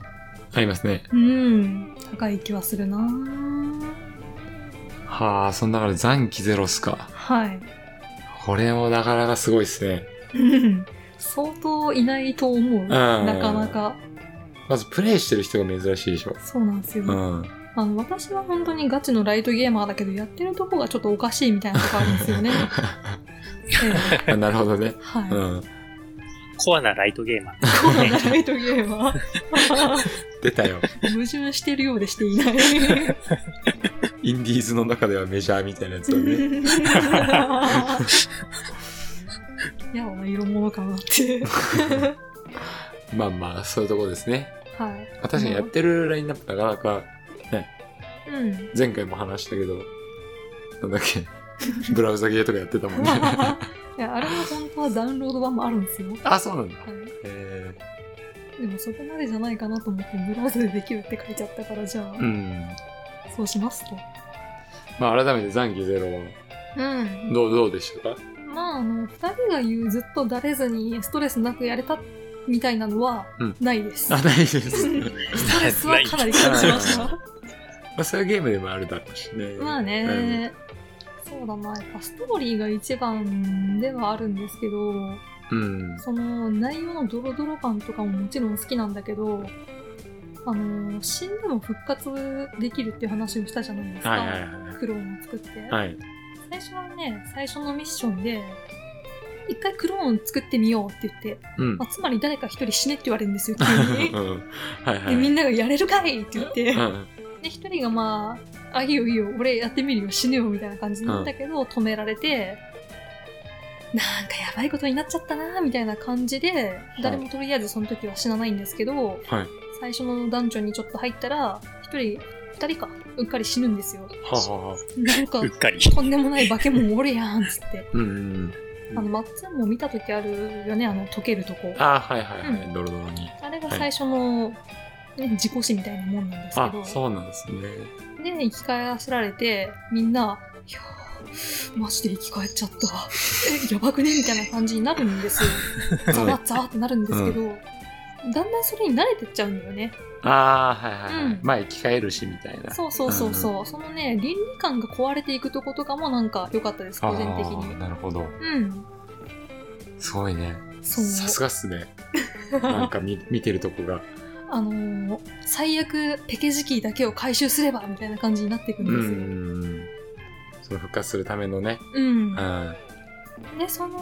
A: ありますね。
B: うん、高い気はするな
A: はあ、そんなから残機ゼロっすか。
B: はい。
A: これもなかなかすごいっすね。
B: うん相当いないと思う。なかなか。
A: まずプレイしてる人が珍しいでしょ。
B: そうなんですよ。
A: うん。
B: あの私は本当にガチのライトゲーマーだけど、やってるとこがちょっとおかしいみたいなとこあるんですよね。え え
A: あなるほどね。
B: はい。
A: うん。
C: コアなライトゲーマー。
B: コア なライトゲーマー。
A: 出たよ。
B: 矛盾してるようでして いない。
A: インディーズの中ではメジャーみたいなやつだ ね。
B: やだな、色物か なって。
A: まあまあ、そういうとこですね。
B: はい。
A: まあ確かにやってるラインナップなかなか、
B: うん。
A: 前回も話したけど、なんだっ け。ブラウザゲーとかやってたもんね。
B: いや、あれも本当はダウンロード版もあるんですよ。は
A: あ、そうなんだ。
B: い
A: え
B: でもそこまでじゃないかなと思って、ブラウザでできるって書いちゃったから、じゃあ、
A: ー、うん。
B: そうしますと。
A: まあ改めて残機ゼロは、
B: うん。
A: どう、どうでしたか
B: まあ、あの、二人が言うずっとだれずにストレスなくやれたみたいなのは
A: うん
B: ないです。
A: あ、ないです。
B: ストレスはかなり感じました。
A: まあそういうゲームでもあるだろうしね。
B: まあね、そうだな、やっぱストーリーが一番ではあるんですけど、
A: うん。
B: その内容のドロドロ感とかももちろん好きなんだけど、あの死んでも復活できるっていう話をしたじゃないですか、
A: はいはい
B: クローンを作って、
A: はい。はい。
B: 最初はね最初のミッションで一回クローン作ってみようって言って、
A: うん
B: ま。あ、つまり誰か一人死ねって言われるんですよ急 に
A: うんはいは
B: でみん
A: い。
B: なが「やれるかい!」って言ってで
A: うん
B: 一人がまあ「あいいよいいよ俺やってみるよ死ぬよ」みたいな感じなんだけど、止められてなんかやばいことになっちゃったなみたいな感じで誰もとりあえずその時は死なないんですけど、
A: はい。
B: 最初のダンジョンにちょっと入ったら一人二人かうっかり死ぬんですよ
A: はあはあはあ。
B: なんか
C: うっかり。
B: とんでもない化け物おるやんっつって
A: うんうん。
B: あの、マッツンも見た時あるよね、あの、溶けるとこ。あ
A: ああ、はいはいはい。ドロドロに。
B: れが最初の、ね、自己死みたいなもんなんです
A: あ、
B: け
A: そうなんですね。
B: ど、で、生き返らせられて、みんな、いやーマジで生き返っちゃった。 え、やばくねみたいな感じになるん ですよ。ざわざわってなるんですけど、だんだんそれに慣れてっちゃうんだよね。
A: ああ、はいはいは
B: う
A: い
B: ん。
A: まあ、生き返るし、みたいな。
B: そうそうそうそう。そのね、倫理観が壊れていくとことかもなんか良かったです、個
A: あ
B: 人的
A: あ、
B: に。
A: なるほど。
B: うん。
A: すごいね。
B: そう。
A: さすがっす ね。なんか見見てるとこが。
B: あのー最悪ペケ時期だけを回収すればみたいな感じになっていくん
A: う
B: ですよ。
A: ん。その復活するためのね。
B: うん
A: うん。
B: でその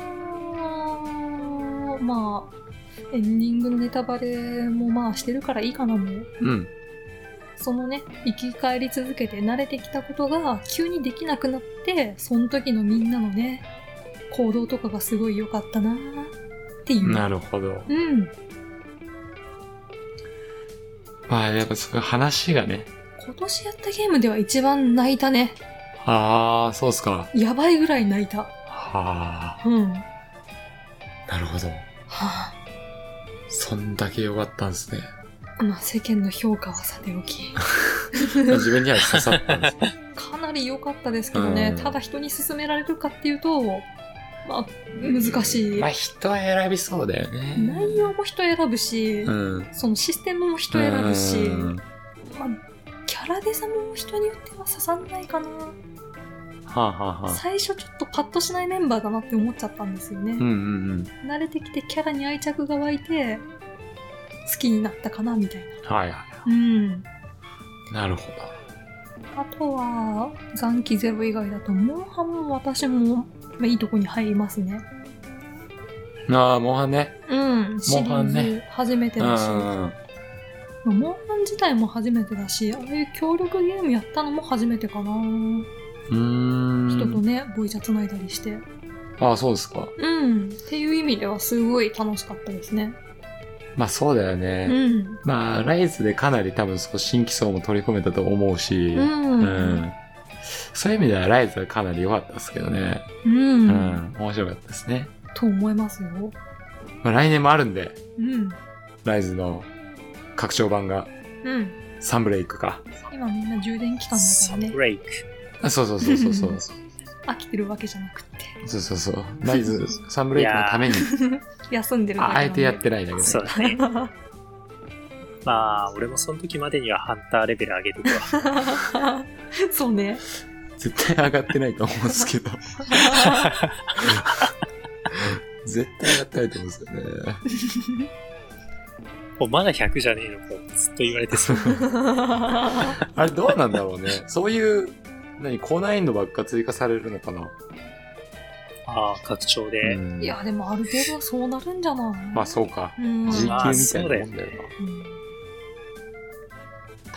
B: まあエンディングのネタバレもまあしてるからいいかなもう
A: うん。
B: そのね生き返り続けて慣れてきたことが急にできなくなってその時のみんなのね行動とかがすごい良かったなっていう。
A: なるほど。
B: うん、
A: まあ、やっぱその話がね。
B: 今年やったゲームでは一番泣いたね。
A: ああ、そうっすか。
B: やばいぐらい泣いた。
A: はあ、
B: うん。は
A: なるほど。
B: あ
A: そんだけ良かったんですね。
B: まあ世間の評価はさて おき
A: 自分には刺さったんですね。
B: かなり良かったですけどね、
A: うん
B: ただ人に勧められるかっていうとまあ 難しい、
A: まあ、人は選びそうだよね。
B: 内容も人選ぶし、
A: うん。
B: そのシステムも人選ぶし、
A: うん
B: まあ、キャラデザも人によっては刺さんないかな、
A: はあ、はあはあ、
B: 最初ちょっとパッとしないメンバーだなって思っちゃったんですよね、
A: うんうんうん。
B: 慣れてきてキャラに愛着が湧いて好きになったかなみたいな
A: はいは
B: うん
A: い。なるほど。
B: あとは、残機ゼロ以外だと、モンハンも私も、まあ、いいとこに入りますね。
A: ああ、モンハンね。
B: うん、シリ
A: モンハンね
B: ーズ初めて
A: うん。
B: だし、ま
A: あ
B: あモンハン自体も初めてだし、ああいう協力ゲームやったのも初めてかな。
A: うん。
B: 人とね、ボイチャつないだりして。
A: ああ、そうですか。
B: うん、っていう意味ではすごい楽しかったですね。
A: まあ、そうだよね。
B: うん。
A: まあ、ライズでかなり多分そこ新規層も取り込めたと思うし、
B: う。
A: うん
B: うん。
A: んそういう意味ではライズはかなり良かったですけどね。うん、面白かったですね。
B: と思いますよ。
A: まあ、来年もあるんで、
B: うん。
A: ライズの拡張版が
B: うん。
A: サンブレイクか。
B: 今みんな充電期間だ
C: サ
B: からね
C: ブ、レイク。
A: あそうそうそうそうそう。
B: 飽きてるわけじゃなくって、
A: そうそうそう。ライズ、サンブレイクのた めに、
B: 休んでるだけ
A: あ
B: な
A: あ
B: んで
A: えてやってないんだけど、
C: そうだね。まあ、俺もその時までにはハンターレベル上げとくわ。
B: そ うね。
A: 絶対上がってないと思うんですけど。絶対上がってないと思うんですよね。
C: おまだ100じゃねえのか、ずっと言われ てそう。
A: あれどうなんだろうね。そういう、何、高難易度ばっか追加されるのかな。
C: ああ、拡張で。
A: うん
B: いや、でもある程度はそうなるんじゃない
A: まあそうか。
B: うん。
A: 時
C: じまあ
A: 給みたいなもんだよな。
B: うん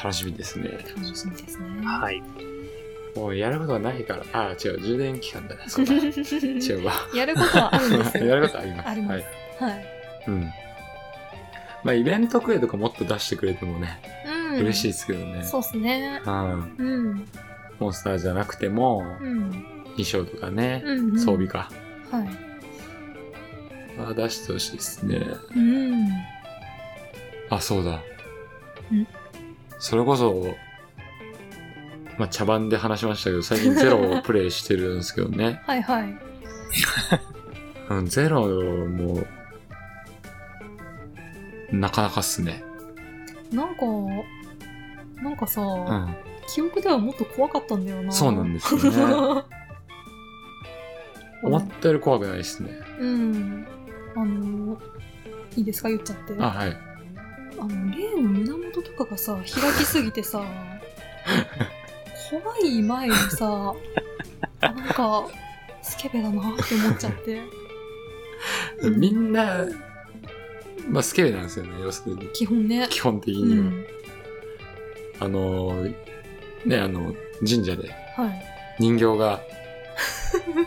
A: 楽しみですね。
B: 楽しみですね。
C: はい。
A: もうやることがないから。ああ、違う。充電期間だね。そうだ。違うわ。
B: やることはあるんで す
A: や
B: よ。
A: ることあります。
B: あります
A: はい。
B: はい。
A: うん。まあ、イベントクエとかもっと出してくれてもね、
B: うん。
A: 嬉しい
B: い。
A: ですけどね。
B: そうっすね。
A: うん。
B: うん。
A: モンスターじゃなくても、
B: うん。
A: 衣装とかね、
B: うん。
A: 装備。か。
B: はい。
A: まあ、出してほしいですね。
B: うん。
A: あ、そうだ。
B: ん。
A: それこそ、まあ、茶番で話しましたけど、最近ゼロをプレイしてるんですけどね
B: はいはい。
A: うん、ゼロも、なかなかっすね。
B: なんか、なんかさ、
A: うん。
B: 記憶ではもっと怖かったんだよな。
A: そうなんです よね。思ったより怖くないっすね。
B: うん。ああのいいですか言っちゃって
A: あ、はい。
B: あの例の胸元とかがさ開きすぎてさ怖い前に さあなんかスケベだなって思っちゃって
A: みんな、まあ、スケベなんですよね、要するに。
B: 基本ね
A: 基本的
B: う
A: には。
B: ん
A: あの、ね、あの、神社で
B: はい
A: 人形が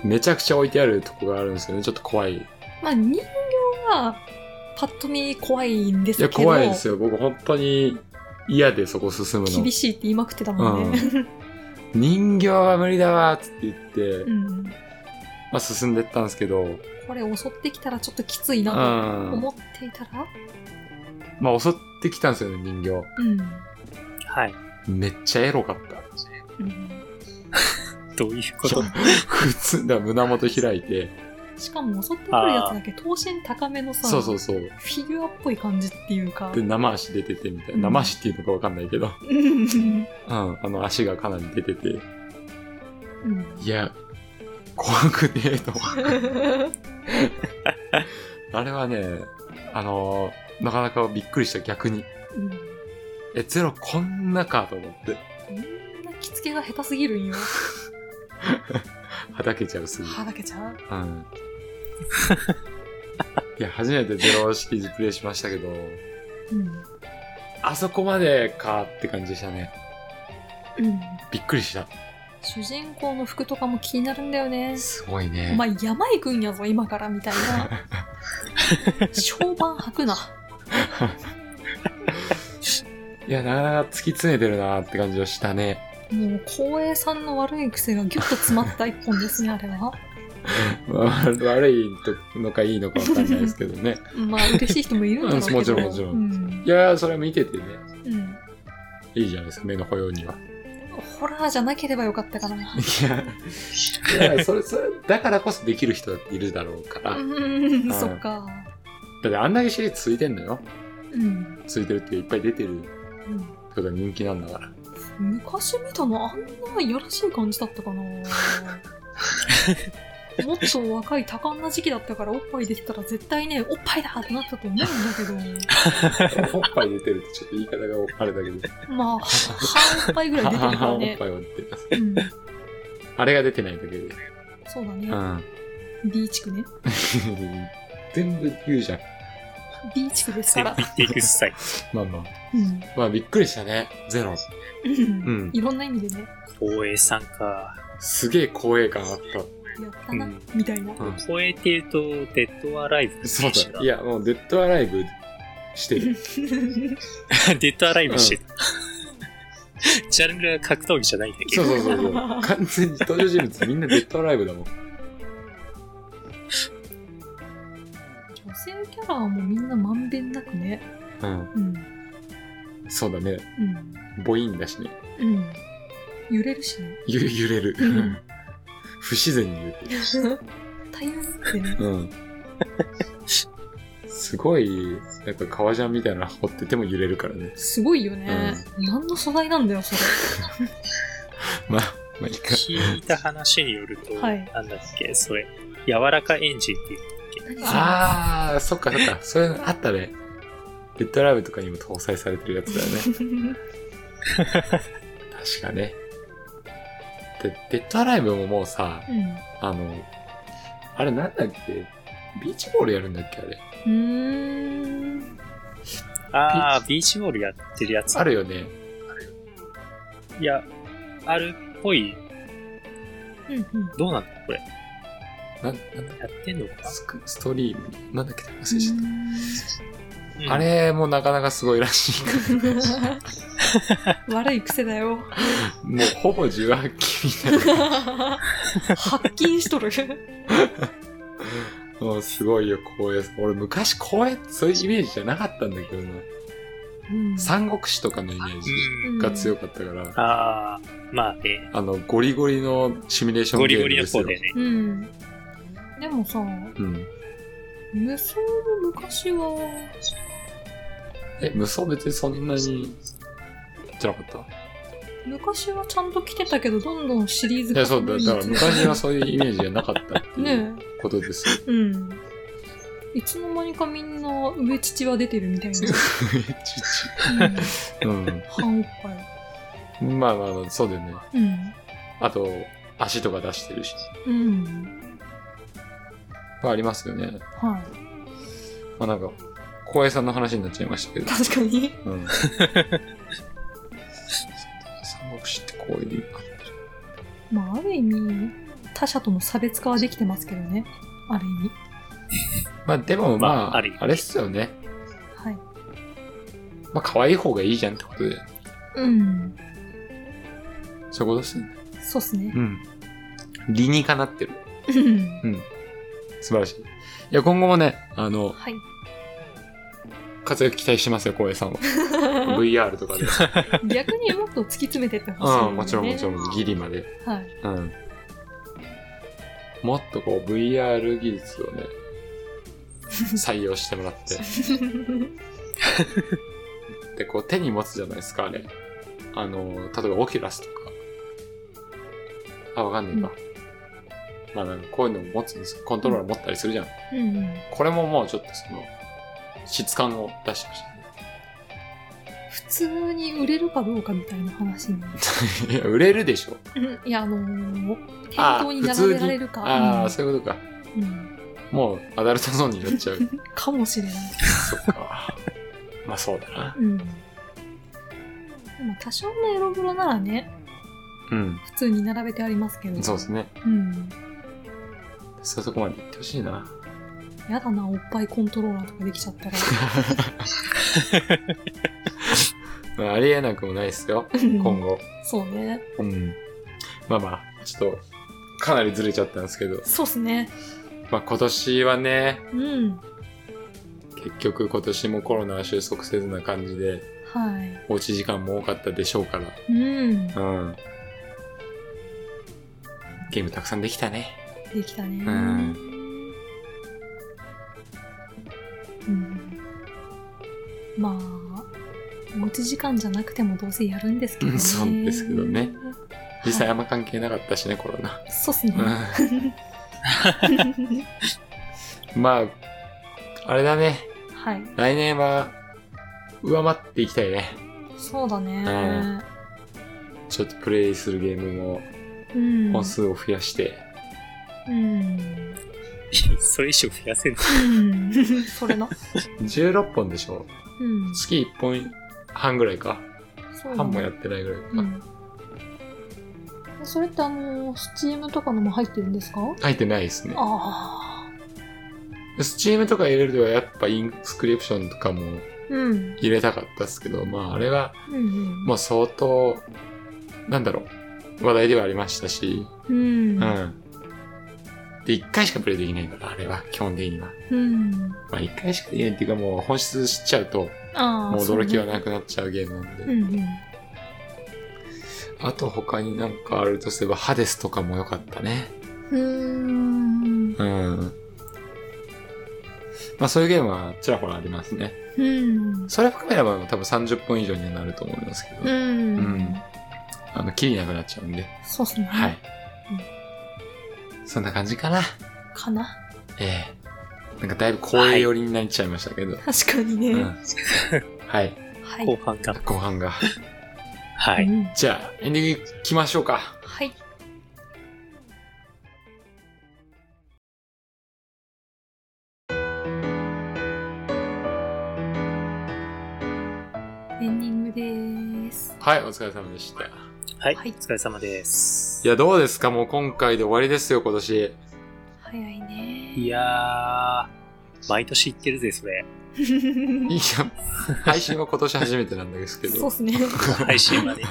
A: めちゃくちゃ置いてあるとこがあるんですよね。ちょっと怖い。い
B: まあ人形はパッと見怖いんです
A: や、
B: けど
A: 怖いですよ。僕本当に嫌でそこ進むの
B: 厳。しいって言いまくってたもんね、
A: 人形は無理だわ、つって言って、
B: うん
A: まあ進んでったんですけど、うん。
B: これ襲ってきたらちょっときついなと
A: ま
B: 思っていたら
A: あ襲ってきたんですよね、人形。
B: うん、
C: はい。
A: めっちゃエロかった。
B: うん、
C: どういうこと
A: 普通だ、胸元開いて。
B: しかも襲ってくるやつだけ等身高めのさ
A: そうそうそう。
B: フィギュアっぽい感じっていうか
A: で、生足出ててみたい
B: うん
A: な。生足っていうのかわかんないけど。
B: うん
A: うん。あの足がかなり出てて。
B: うん
A: いや、怖くねえと。あれはね、あのーなかなかびっくりした、逆に。
B: うん
A: え、ゼロこんなかと思って。
B: こんな着付けが下手すぎるんよ。
A: はだけちゃうすぐ。
B: はだけちゃう。
A: うん。いや、初めてゼロ式プレイしましたけど、
B: うん。
A: あそこまでかって感じでしたね。
B: うん。
A: びっくりした。
B: 主人公の服とかも気になるんだよね。
A: すごい
B: お
A: ね。
B: 前山行くんやぞ、今から、みたいな。小判履くな。
A: いや、なかなか突き詰めてるなって感じはしたね。
B: もう、光栄さんの悪い癖がギュッと詰まった一本ですね、あれは。
A: まあ悪いのかいいのかわかんないですけどね。
B: まあ、嬉しい人もいるんだろう
A: う
B: けど。
A: んもちろんもちろん
B: うん
A: い。やー、それ見ててね、
B: うん。
A: いいじゃないですか、目の保養には。
B: ホラーじゃなければよかったかな。
A: いや、いやそれ、それ、だからこそできる人だっているだろうから。
B: う
A: だ
B: ん、
A: はい
B: そっか。
A: ってあんだけシリーズついてんのよ。
B: うん。
A: ついてるっていっぱい出てる
B: うん
A: ってことは人気なんだから。
B: 昔見たのあんないやらしい感じだったか なもっと若い多感な時期だったからおっぱい出てたら絶対ねおっぱいだってなったと思うんだけ
A: おっぱい出てるってちょっと言い方があれだけど。
B: どまあ半おっぱいぐらい出てるか
A: 母
B: ら
A: おっ
B: ね
A: ぱいは出てます。
B: うん
A: あれが出てないだけで。
B: そうだ
A: う
B: ね
A: ん。
B: B 地区ね
A: 全部言うじゃん。
B: B 地区ですか
C: 全部
B: ら
C: 言っていくスタイル。
A: まあまあ。
B: うん、
A: まあびっくりしたね。ゼロ。
B: うん
A: ん
B: いろんな意味でね
C: 光栄さんか。
A: すげえ光栄感あっ
B: やったな、
C: うん
B: みたいな、
A: うん
C: 光栄っていうと、デッドアライブ
A: た。そうだ。いや、もうデッドアライブしてる。
C: デッドアライブしてた。 ジャンルは格闘技じゃないんだ け
A: そ
C: ど
A: う。そうそうそう。 完全に登場人物みんなデッドアライブだもん。
B: 女性キャラはもうみんなまんべんなくね
A: うん。
B: うん
A: そうだね。
B: うん
A: 母音だしね。
B: うん揺れる しね
A: ゆ揺れる
B: うん。
A: 不自然に揺れてる。
B: 大変ってね
A: うん。すごい、なんか革ジャンみたいなの掘ってても揺れるからね。
B: すごいよね、何の素材なんだよそ
A: まあ、まあいいか。
C: 聞いた話によると、
B: はい
C: なんだっけ、それ、柔らかエンジンっていう。
B: れ何
A: あー、そっかそっか。そういうのあったね。デッドアライブとかにも搭載されてるやつだよね。
B: それ
A: 確かね。で、デッドアライブももうさ、
B: うん
A: あの、あれなんだっけビーチボールやるんだっけあれ。
B: うーん
C: ああ、ビーチボールやってるやつ。
A: あるよね。
C: いや、あるっぽい。
B: うんうん
C: どうなんだこれ。
A: なん、なんだ
C: やってんのか
A: スクストリームなんだっけ忘れちゃった。
C: な、うん
A: あれもなかなかすごいらしいから。
B: 悪い癖だよ
A: もうほぼ受話器みたい
B: 発禁しとる
A: な。もうすごいよ、光栄。俺昔光栄そういうイメージじゃなかったんだけどな。
B: うん
A: 三国志とかのイメージ
C: うん。
A: が強かったから。
C: ああ、まあね、
A: あの、ゴリゴリのシミュレーション
C: ゴ
A: ゲ
C: リ
A: ー
C: ゴ
A: ム
C: リの
A: ですよ。
C: 方でね。
B: うんでもさ
A: うん。
B: 無双も昔は
A: え、無双別にそんなに、じゃなかった
B: 昔はちゃんと来てたけどどんどんシリーズ
A: いや、そうだ、だから昔はそういうイメージじゃなかったっていう
B: ね
A: ことですよ。
B: えうんいつの間にかみんな上乳は出てるみたいな。
E: うん。
B: 半おっぱい。
A: まあまあまあ、そうだよね。
B: うん。
A: あと、足とか出してるし。
B: うん。
A: まあありますよね。
B: はい。
A: まあなんか、小江さんの話になっちゃいましたけど。
B: 確かに。
A: うん。三国志ってこういう意味なんだ
B: まあ、ある意味、他者との差別化はできてますけどね。ある意味。
A: まあでもまあ、
C: まあ
A: あ、
C: ある意味
A: れっすよね。
B: はい。
A: まあ可愛い方がいいじゃんってことで。
B: うん。
A: そういうことっすよね。
B: そうっすね。
A: うん。理にかなってる。
B: うん
A: うん。素晴らしい。いや、今後もね、あの、
B: はい。
A: 活躍期待してますよ、小江さんは。VR とかで。
B: 逆にもっと突き詰めてってほしい、ね。
A: うん、もちろんもちろん、ギリまで。
B: ん。はい。
A: うん。もっとこう VR 技術を ね、採用してもらって。で、こう手に持つじゃないですか、あれ。あの、例えばオキュラスとか。あ、わかんねえか。まあなんかこういうのを持つんですコントローラー持ったりするじゃん。
B: うんうん。
A: これももうちょっとその、質感を出してほし
B: 普通に売れるかどうかみたいな話 に。
A: いね。いや、売れるでし ょ。
B: うんいや、あのー、店
A: あ
B: 頭に
A: 普
B: 並
A: 通
B: べられるか。
A: あ
B: う
A: あ、
B: ん
A: そういうことか。
B: うん。
A: もうアダルトゾーンになっちゃう。
B: かもしれない。
A: そっか。 まあそうだな。
B: うん。でも多少のエロ風呂ならね、
A: うん。
B: 普通に並べてありますけど。
A: そうですね。
B: うん。
A: そういうとこまで行ってほしいな。
B: やだな、おっぱいコントローラーとかできちゃったら。
A: まあ、ありえなくもないですよ。 今後。
B: そうね。
A: うん。まあまあ、ちょっと、かなりずれちゃったんですけど。
B: そうっすね。
A: まあ今年はね、
B: うん。
A: 結局今年もコロナは収束せずな感じで、
B: は
A: おうち時間も多かったでしょうから。
B: い。うん。
A: うん。ゲームたくさんできたね。
B: できたね。
A: うん
B: うんまあ、おうち時間じゃなくてもどうせやるんですけど
A: う
B: ね。
A: ん そうですけどね。実際あ
B: は
A: んま関係なかったしね、コロナ。
B: い、そうっすね。
A: うん。まあ、あれだね。
B: はい。
A: 来年は、上回っていきたいね。
B: そうだね。
A: ちょっとプレイするゲームも
B: うん。
A: 本数を増やして、
B: うん。
C: それ以上増やせない。
B: うん。それな。
A: 16本でしょ
B: うん。
A: 月1本半ぐらいか
B: そうだ
A: 半
B: ね
A: もやってないぐらいか、
B: うん。それってあの、スチームとかのも入ってるんですか
A: 入ってないですね
B: ああ。
A: スチームとか入れるとはやっぱインスクリプションとかも
B: うん。
A: 入れたかったっすけどまああれは
B: うんうん。
A: もう相当なんだろう話題ではありましたし
B: うん。
A: うん、で1回しかプレイできないからあれは基本的には
B: うん。
A: まあ1回しかできないっていうかもう本質知っちゃうと
B: ああ。
A: もう驚きは
B: そうね
A: なくなっちゃうゲームなんで、
B: うんうん。
A: あと他になんかあるとすれば、ハデスとかも良かったね。
B: うーん。
A: うん。まあそういうゲームはちらほらありますね。
B: うん。
A: それ含めれば多分30分以上にはなると思いますけど。
B: うん。
A: うんあの、きりなくなっちゃうんで。
B: そうっすね。
A: はい。そんな感じかな。
B: かな。
A: ええなんかだいぶ光栄寄りになっちゃいましたけど。
B: 確かに
A: う
B: ね。
A: ん。はい。
B: はい。
C: 後半が。
A: 後半が。
C: は
B: う
C: い。
B: ん
A: じゃあ、エンディング行きましょうか。
B: はい。エンディングです。
A: はい、お疲れ様でした。
C: はい。お
B: はい
C: 疲れ様です。
A: いや、どうですかもう今回で終わりですよ、今年。
B: 早いね。
C: いやー、毎年言ってるぜ、それ。
A: いや、配信は今年初めてなんですけ
B: そう
A: ど
B: っ。すね。
C: 配信まで。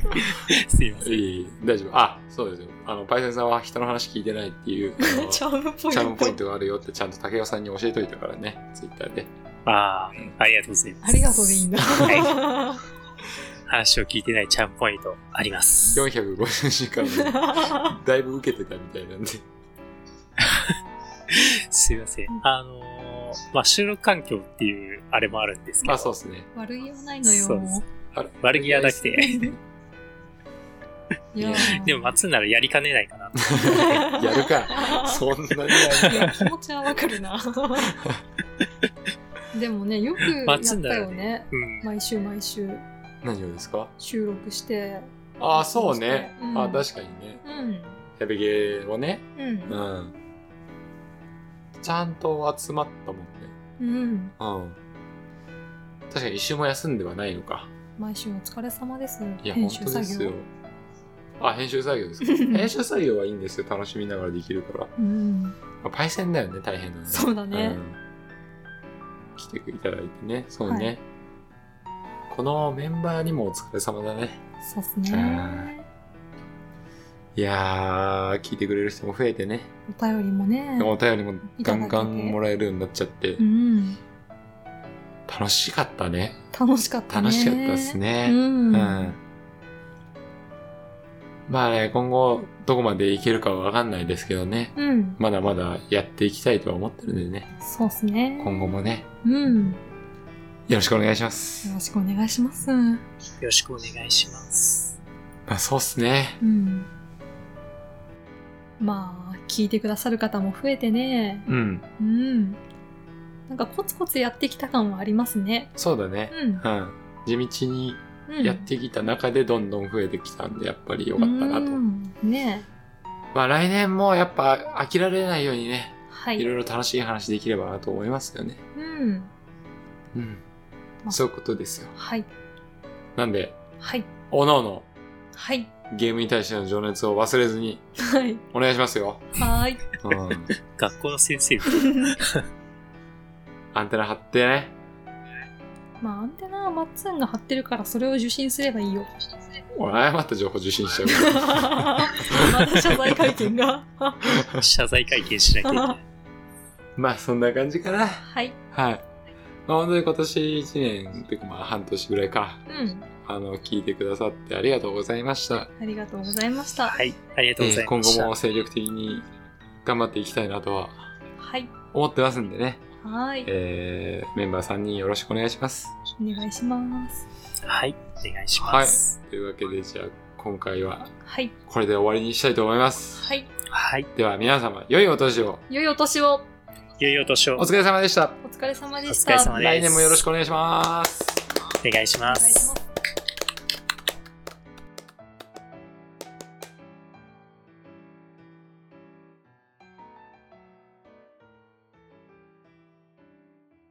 C: すいませ
A: い
C: ん。
A: いいい、大丈夫。あ、そうですよ。あの、パイセンさんは人の話聞いてないっていう、 あのチ
B: チャームポイント。
A: ャームポイントがあるよってちゃんと竹雄さんに教えといたからね、ツイッターで。
C: あー、ありがとうございます。
B: ありがとうでいいんだ。
C: は話を聞いてないチャンポイントあります。
A: 450時 間のだいぶ受けてたみたいなんで。
C: すいません。あのーまあ、収録環境っていうあれもあるんですけど、
A: まあそうですね。
B: 悪いようないの
C: そうで
B: よ
C: す。
A: あれ
C: 悪気はなくて。
B: いやー
C: でも、松ならやりかねないかな。
A: やるか。そんなにやる
B: いや気持ちはわかるなでもねよくやった
C: 松だ
B: よ
C: よ
B: ね
C: うん。
B: 毎週毎週
A: 何をですか
B: 収録して
A: ああ、そうね。
B: うん
A: あ確かにね。
B: うん
A: ヘベゲをね。
B: うん
A: うん。ちゃんと集まったもんね。
B: うん
A: うん。確かに一週も休んではないのか。
B: 毎週お疲れ様です
A: いや、
B: 編
A: 本
B: 集
A: 当で
B: 作
A: す
B: 業
A: よ。あ、編集作業 ですか。編集作業はいいんですよ。楽しみながらできるから。
B: うん
A: まあ、パイセンだよね、大変なのね。
B: そうだね
A: うん来ていただいてね。そうね。このメンバーにもお疲れ様だね。
B: そうっすね
A: いやー、聞いてくれる人も増えてね。
B: お便りもね
A: お便りも
B: い
A: ガン
B: ただけて
A: ガンもらえるようになっちゃって
B: う、ん
A: 楽しかったね。
B: 楽しかったね
A: 楽しかったです
B: う
A: ね。
B: ん、
A: うんまあね、今後どこまでいけるかはわかんないですけどね。
B: うん、
A: まだまだやっていきたいとは思ってるんでね。
B: そうっすね
A: 今後もね、
B: うんよ
A: よろしくお願いします。
B: ろしくお願いします
C: よろしくお願いします。
A: まあそうっすね。
B: うんまあ聞いてくださる方も増えてね
A: うん。
B: うんなんかコツコツやってきた感はありますね
A: そうだね。
B: うん
A: うん。地道に
B: うん
A: やってきた中でどんどん増えてきたんで、やっぱり良かったなと
B: う。んね
A: まあ来年もやっぱ飽きられないようにね
B: え、はい
A: いろいろ楽しい話できればなと思いますよね。
B: うん
A: うん
B: ま。あ
A: そういうことですよ。
B: はい
A: なんで、
B: はい
A: おのおの
B: はい
A: ゲームに対しての情熱を忘れずに
B: はい
A: お願いしますよ。
B: はーい
A: うん。
C: 学校の先生みたい
A: アンテナ張ってね。
B: まあアンテナはマッツンが張ってるからそれを受信すればいいよ
A: 俺誤った情報受信しちゃうから。
B: また謝罪会見 が
C: な謝罪会見しなきゃい けない。
A: まあそんな感じかな。
B: はい
A: はい。まあ本当に今年1年、てかまあ半年ぐらいか。
B: うん
A: あの、聞いてくださってありがとうございました。
B: ありがとうございました
C: はい。ありがとうござ
A: えー
C: い
A: 今
C: まし
A: 後
C: た。
A: も精力的に頑張っていきたいなとは
B: はい
A: 思ってますんでね。
B: はーい
A: えーメンバー3人よろしくお願いします。
B: お願いします
C: はい。お願いします。
A: というわけで、じゃあ今回は
B: はい
A: これで終わりにしたいと思います。
B: はい
C: はい。
A: では皆様、良いお年を。
B: 良いお年を
C: 良いお年を。
A: お疲れ様でした。
B: お疲れ様でした
C: お疲れ様です
A: 来年もよろしくお願いします。
C: お願いしま
B: お願いします
C: す。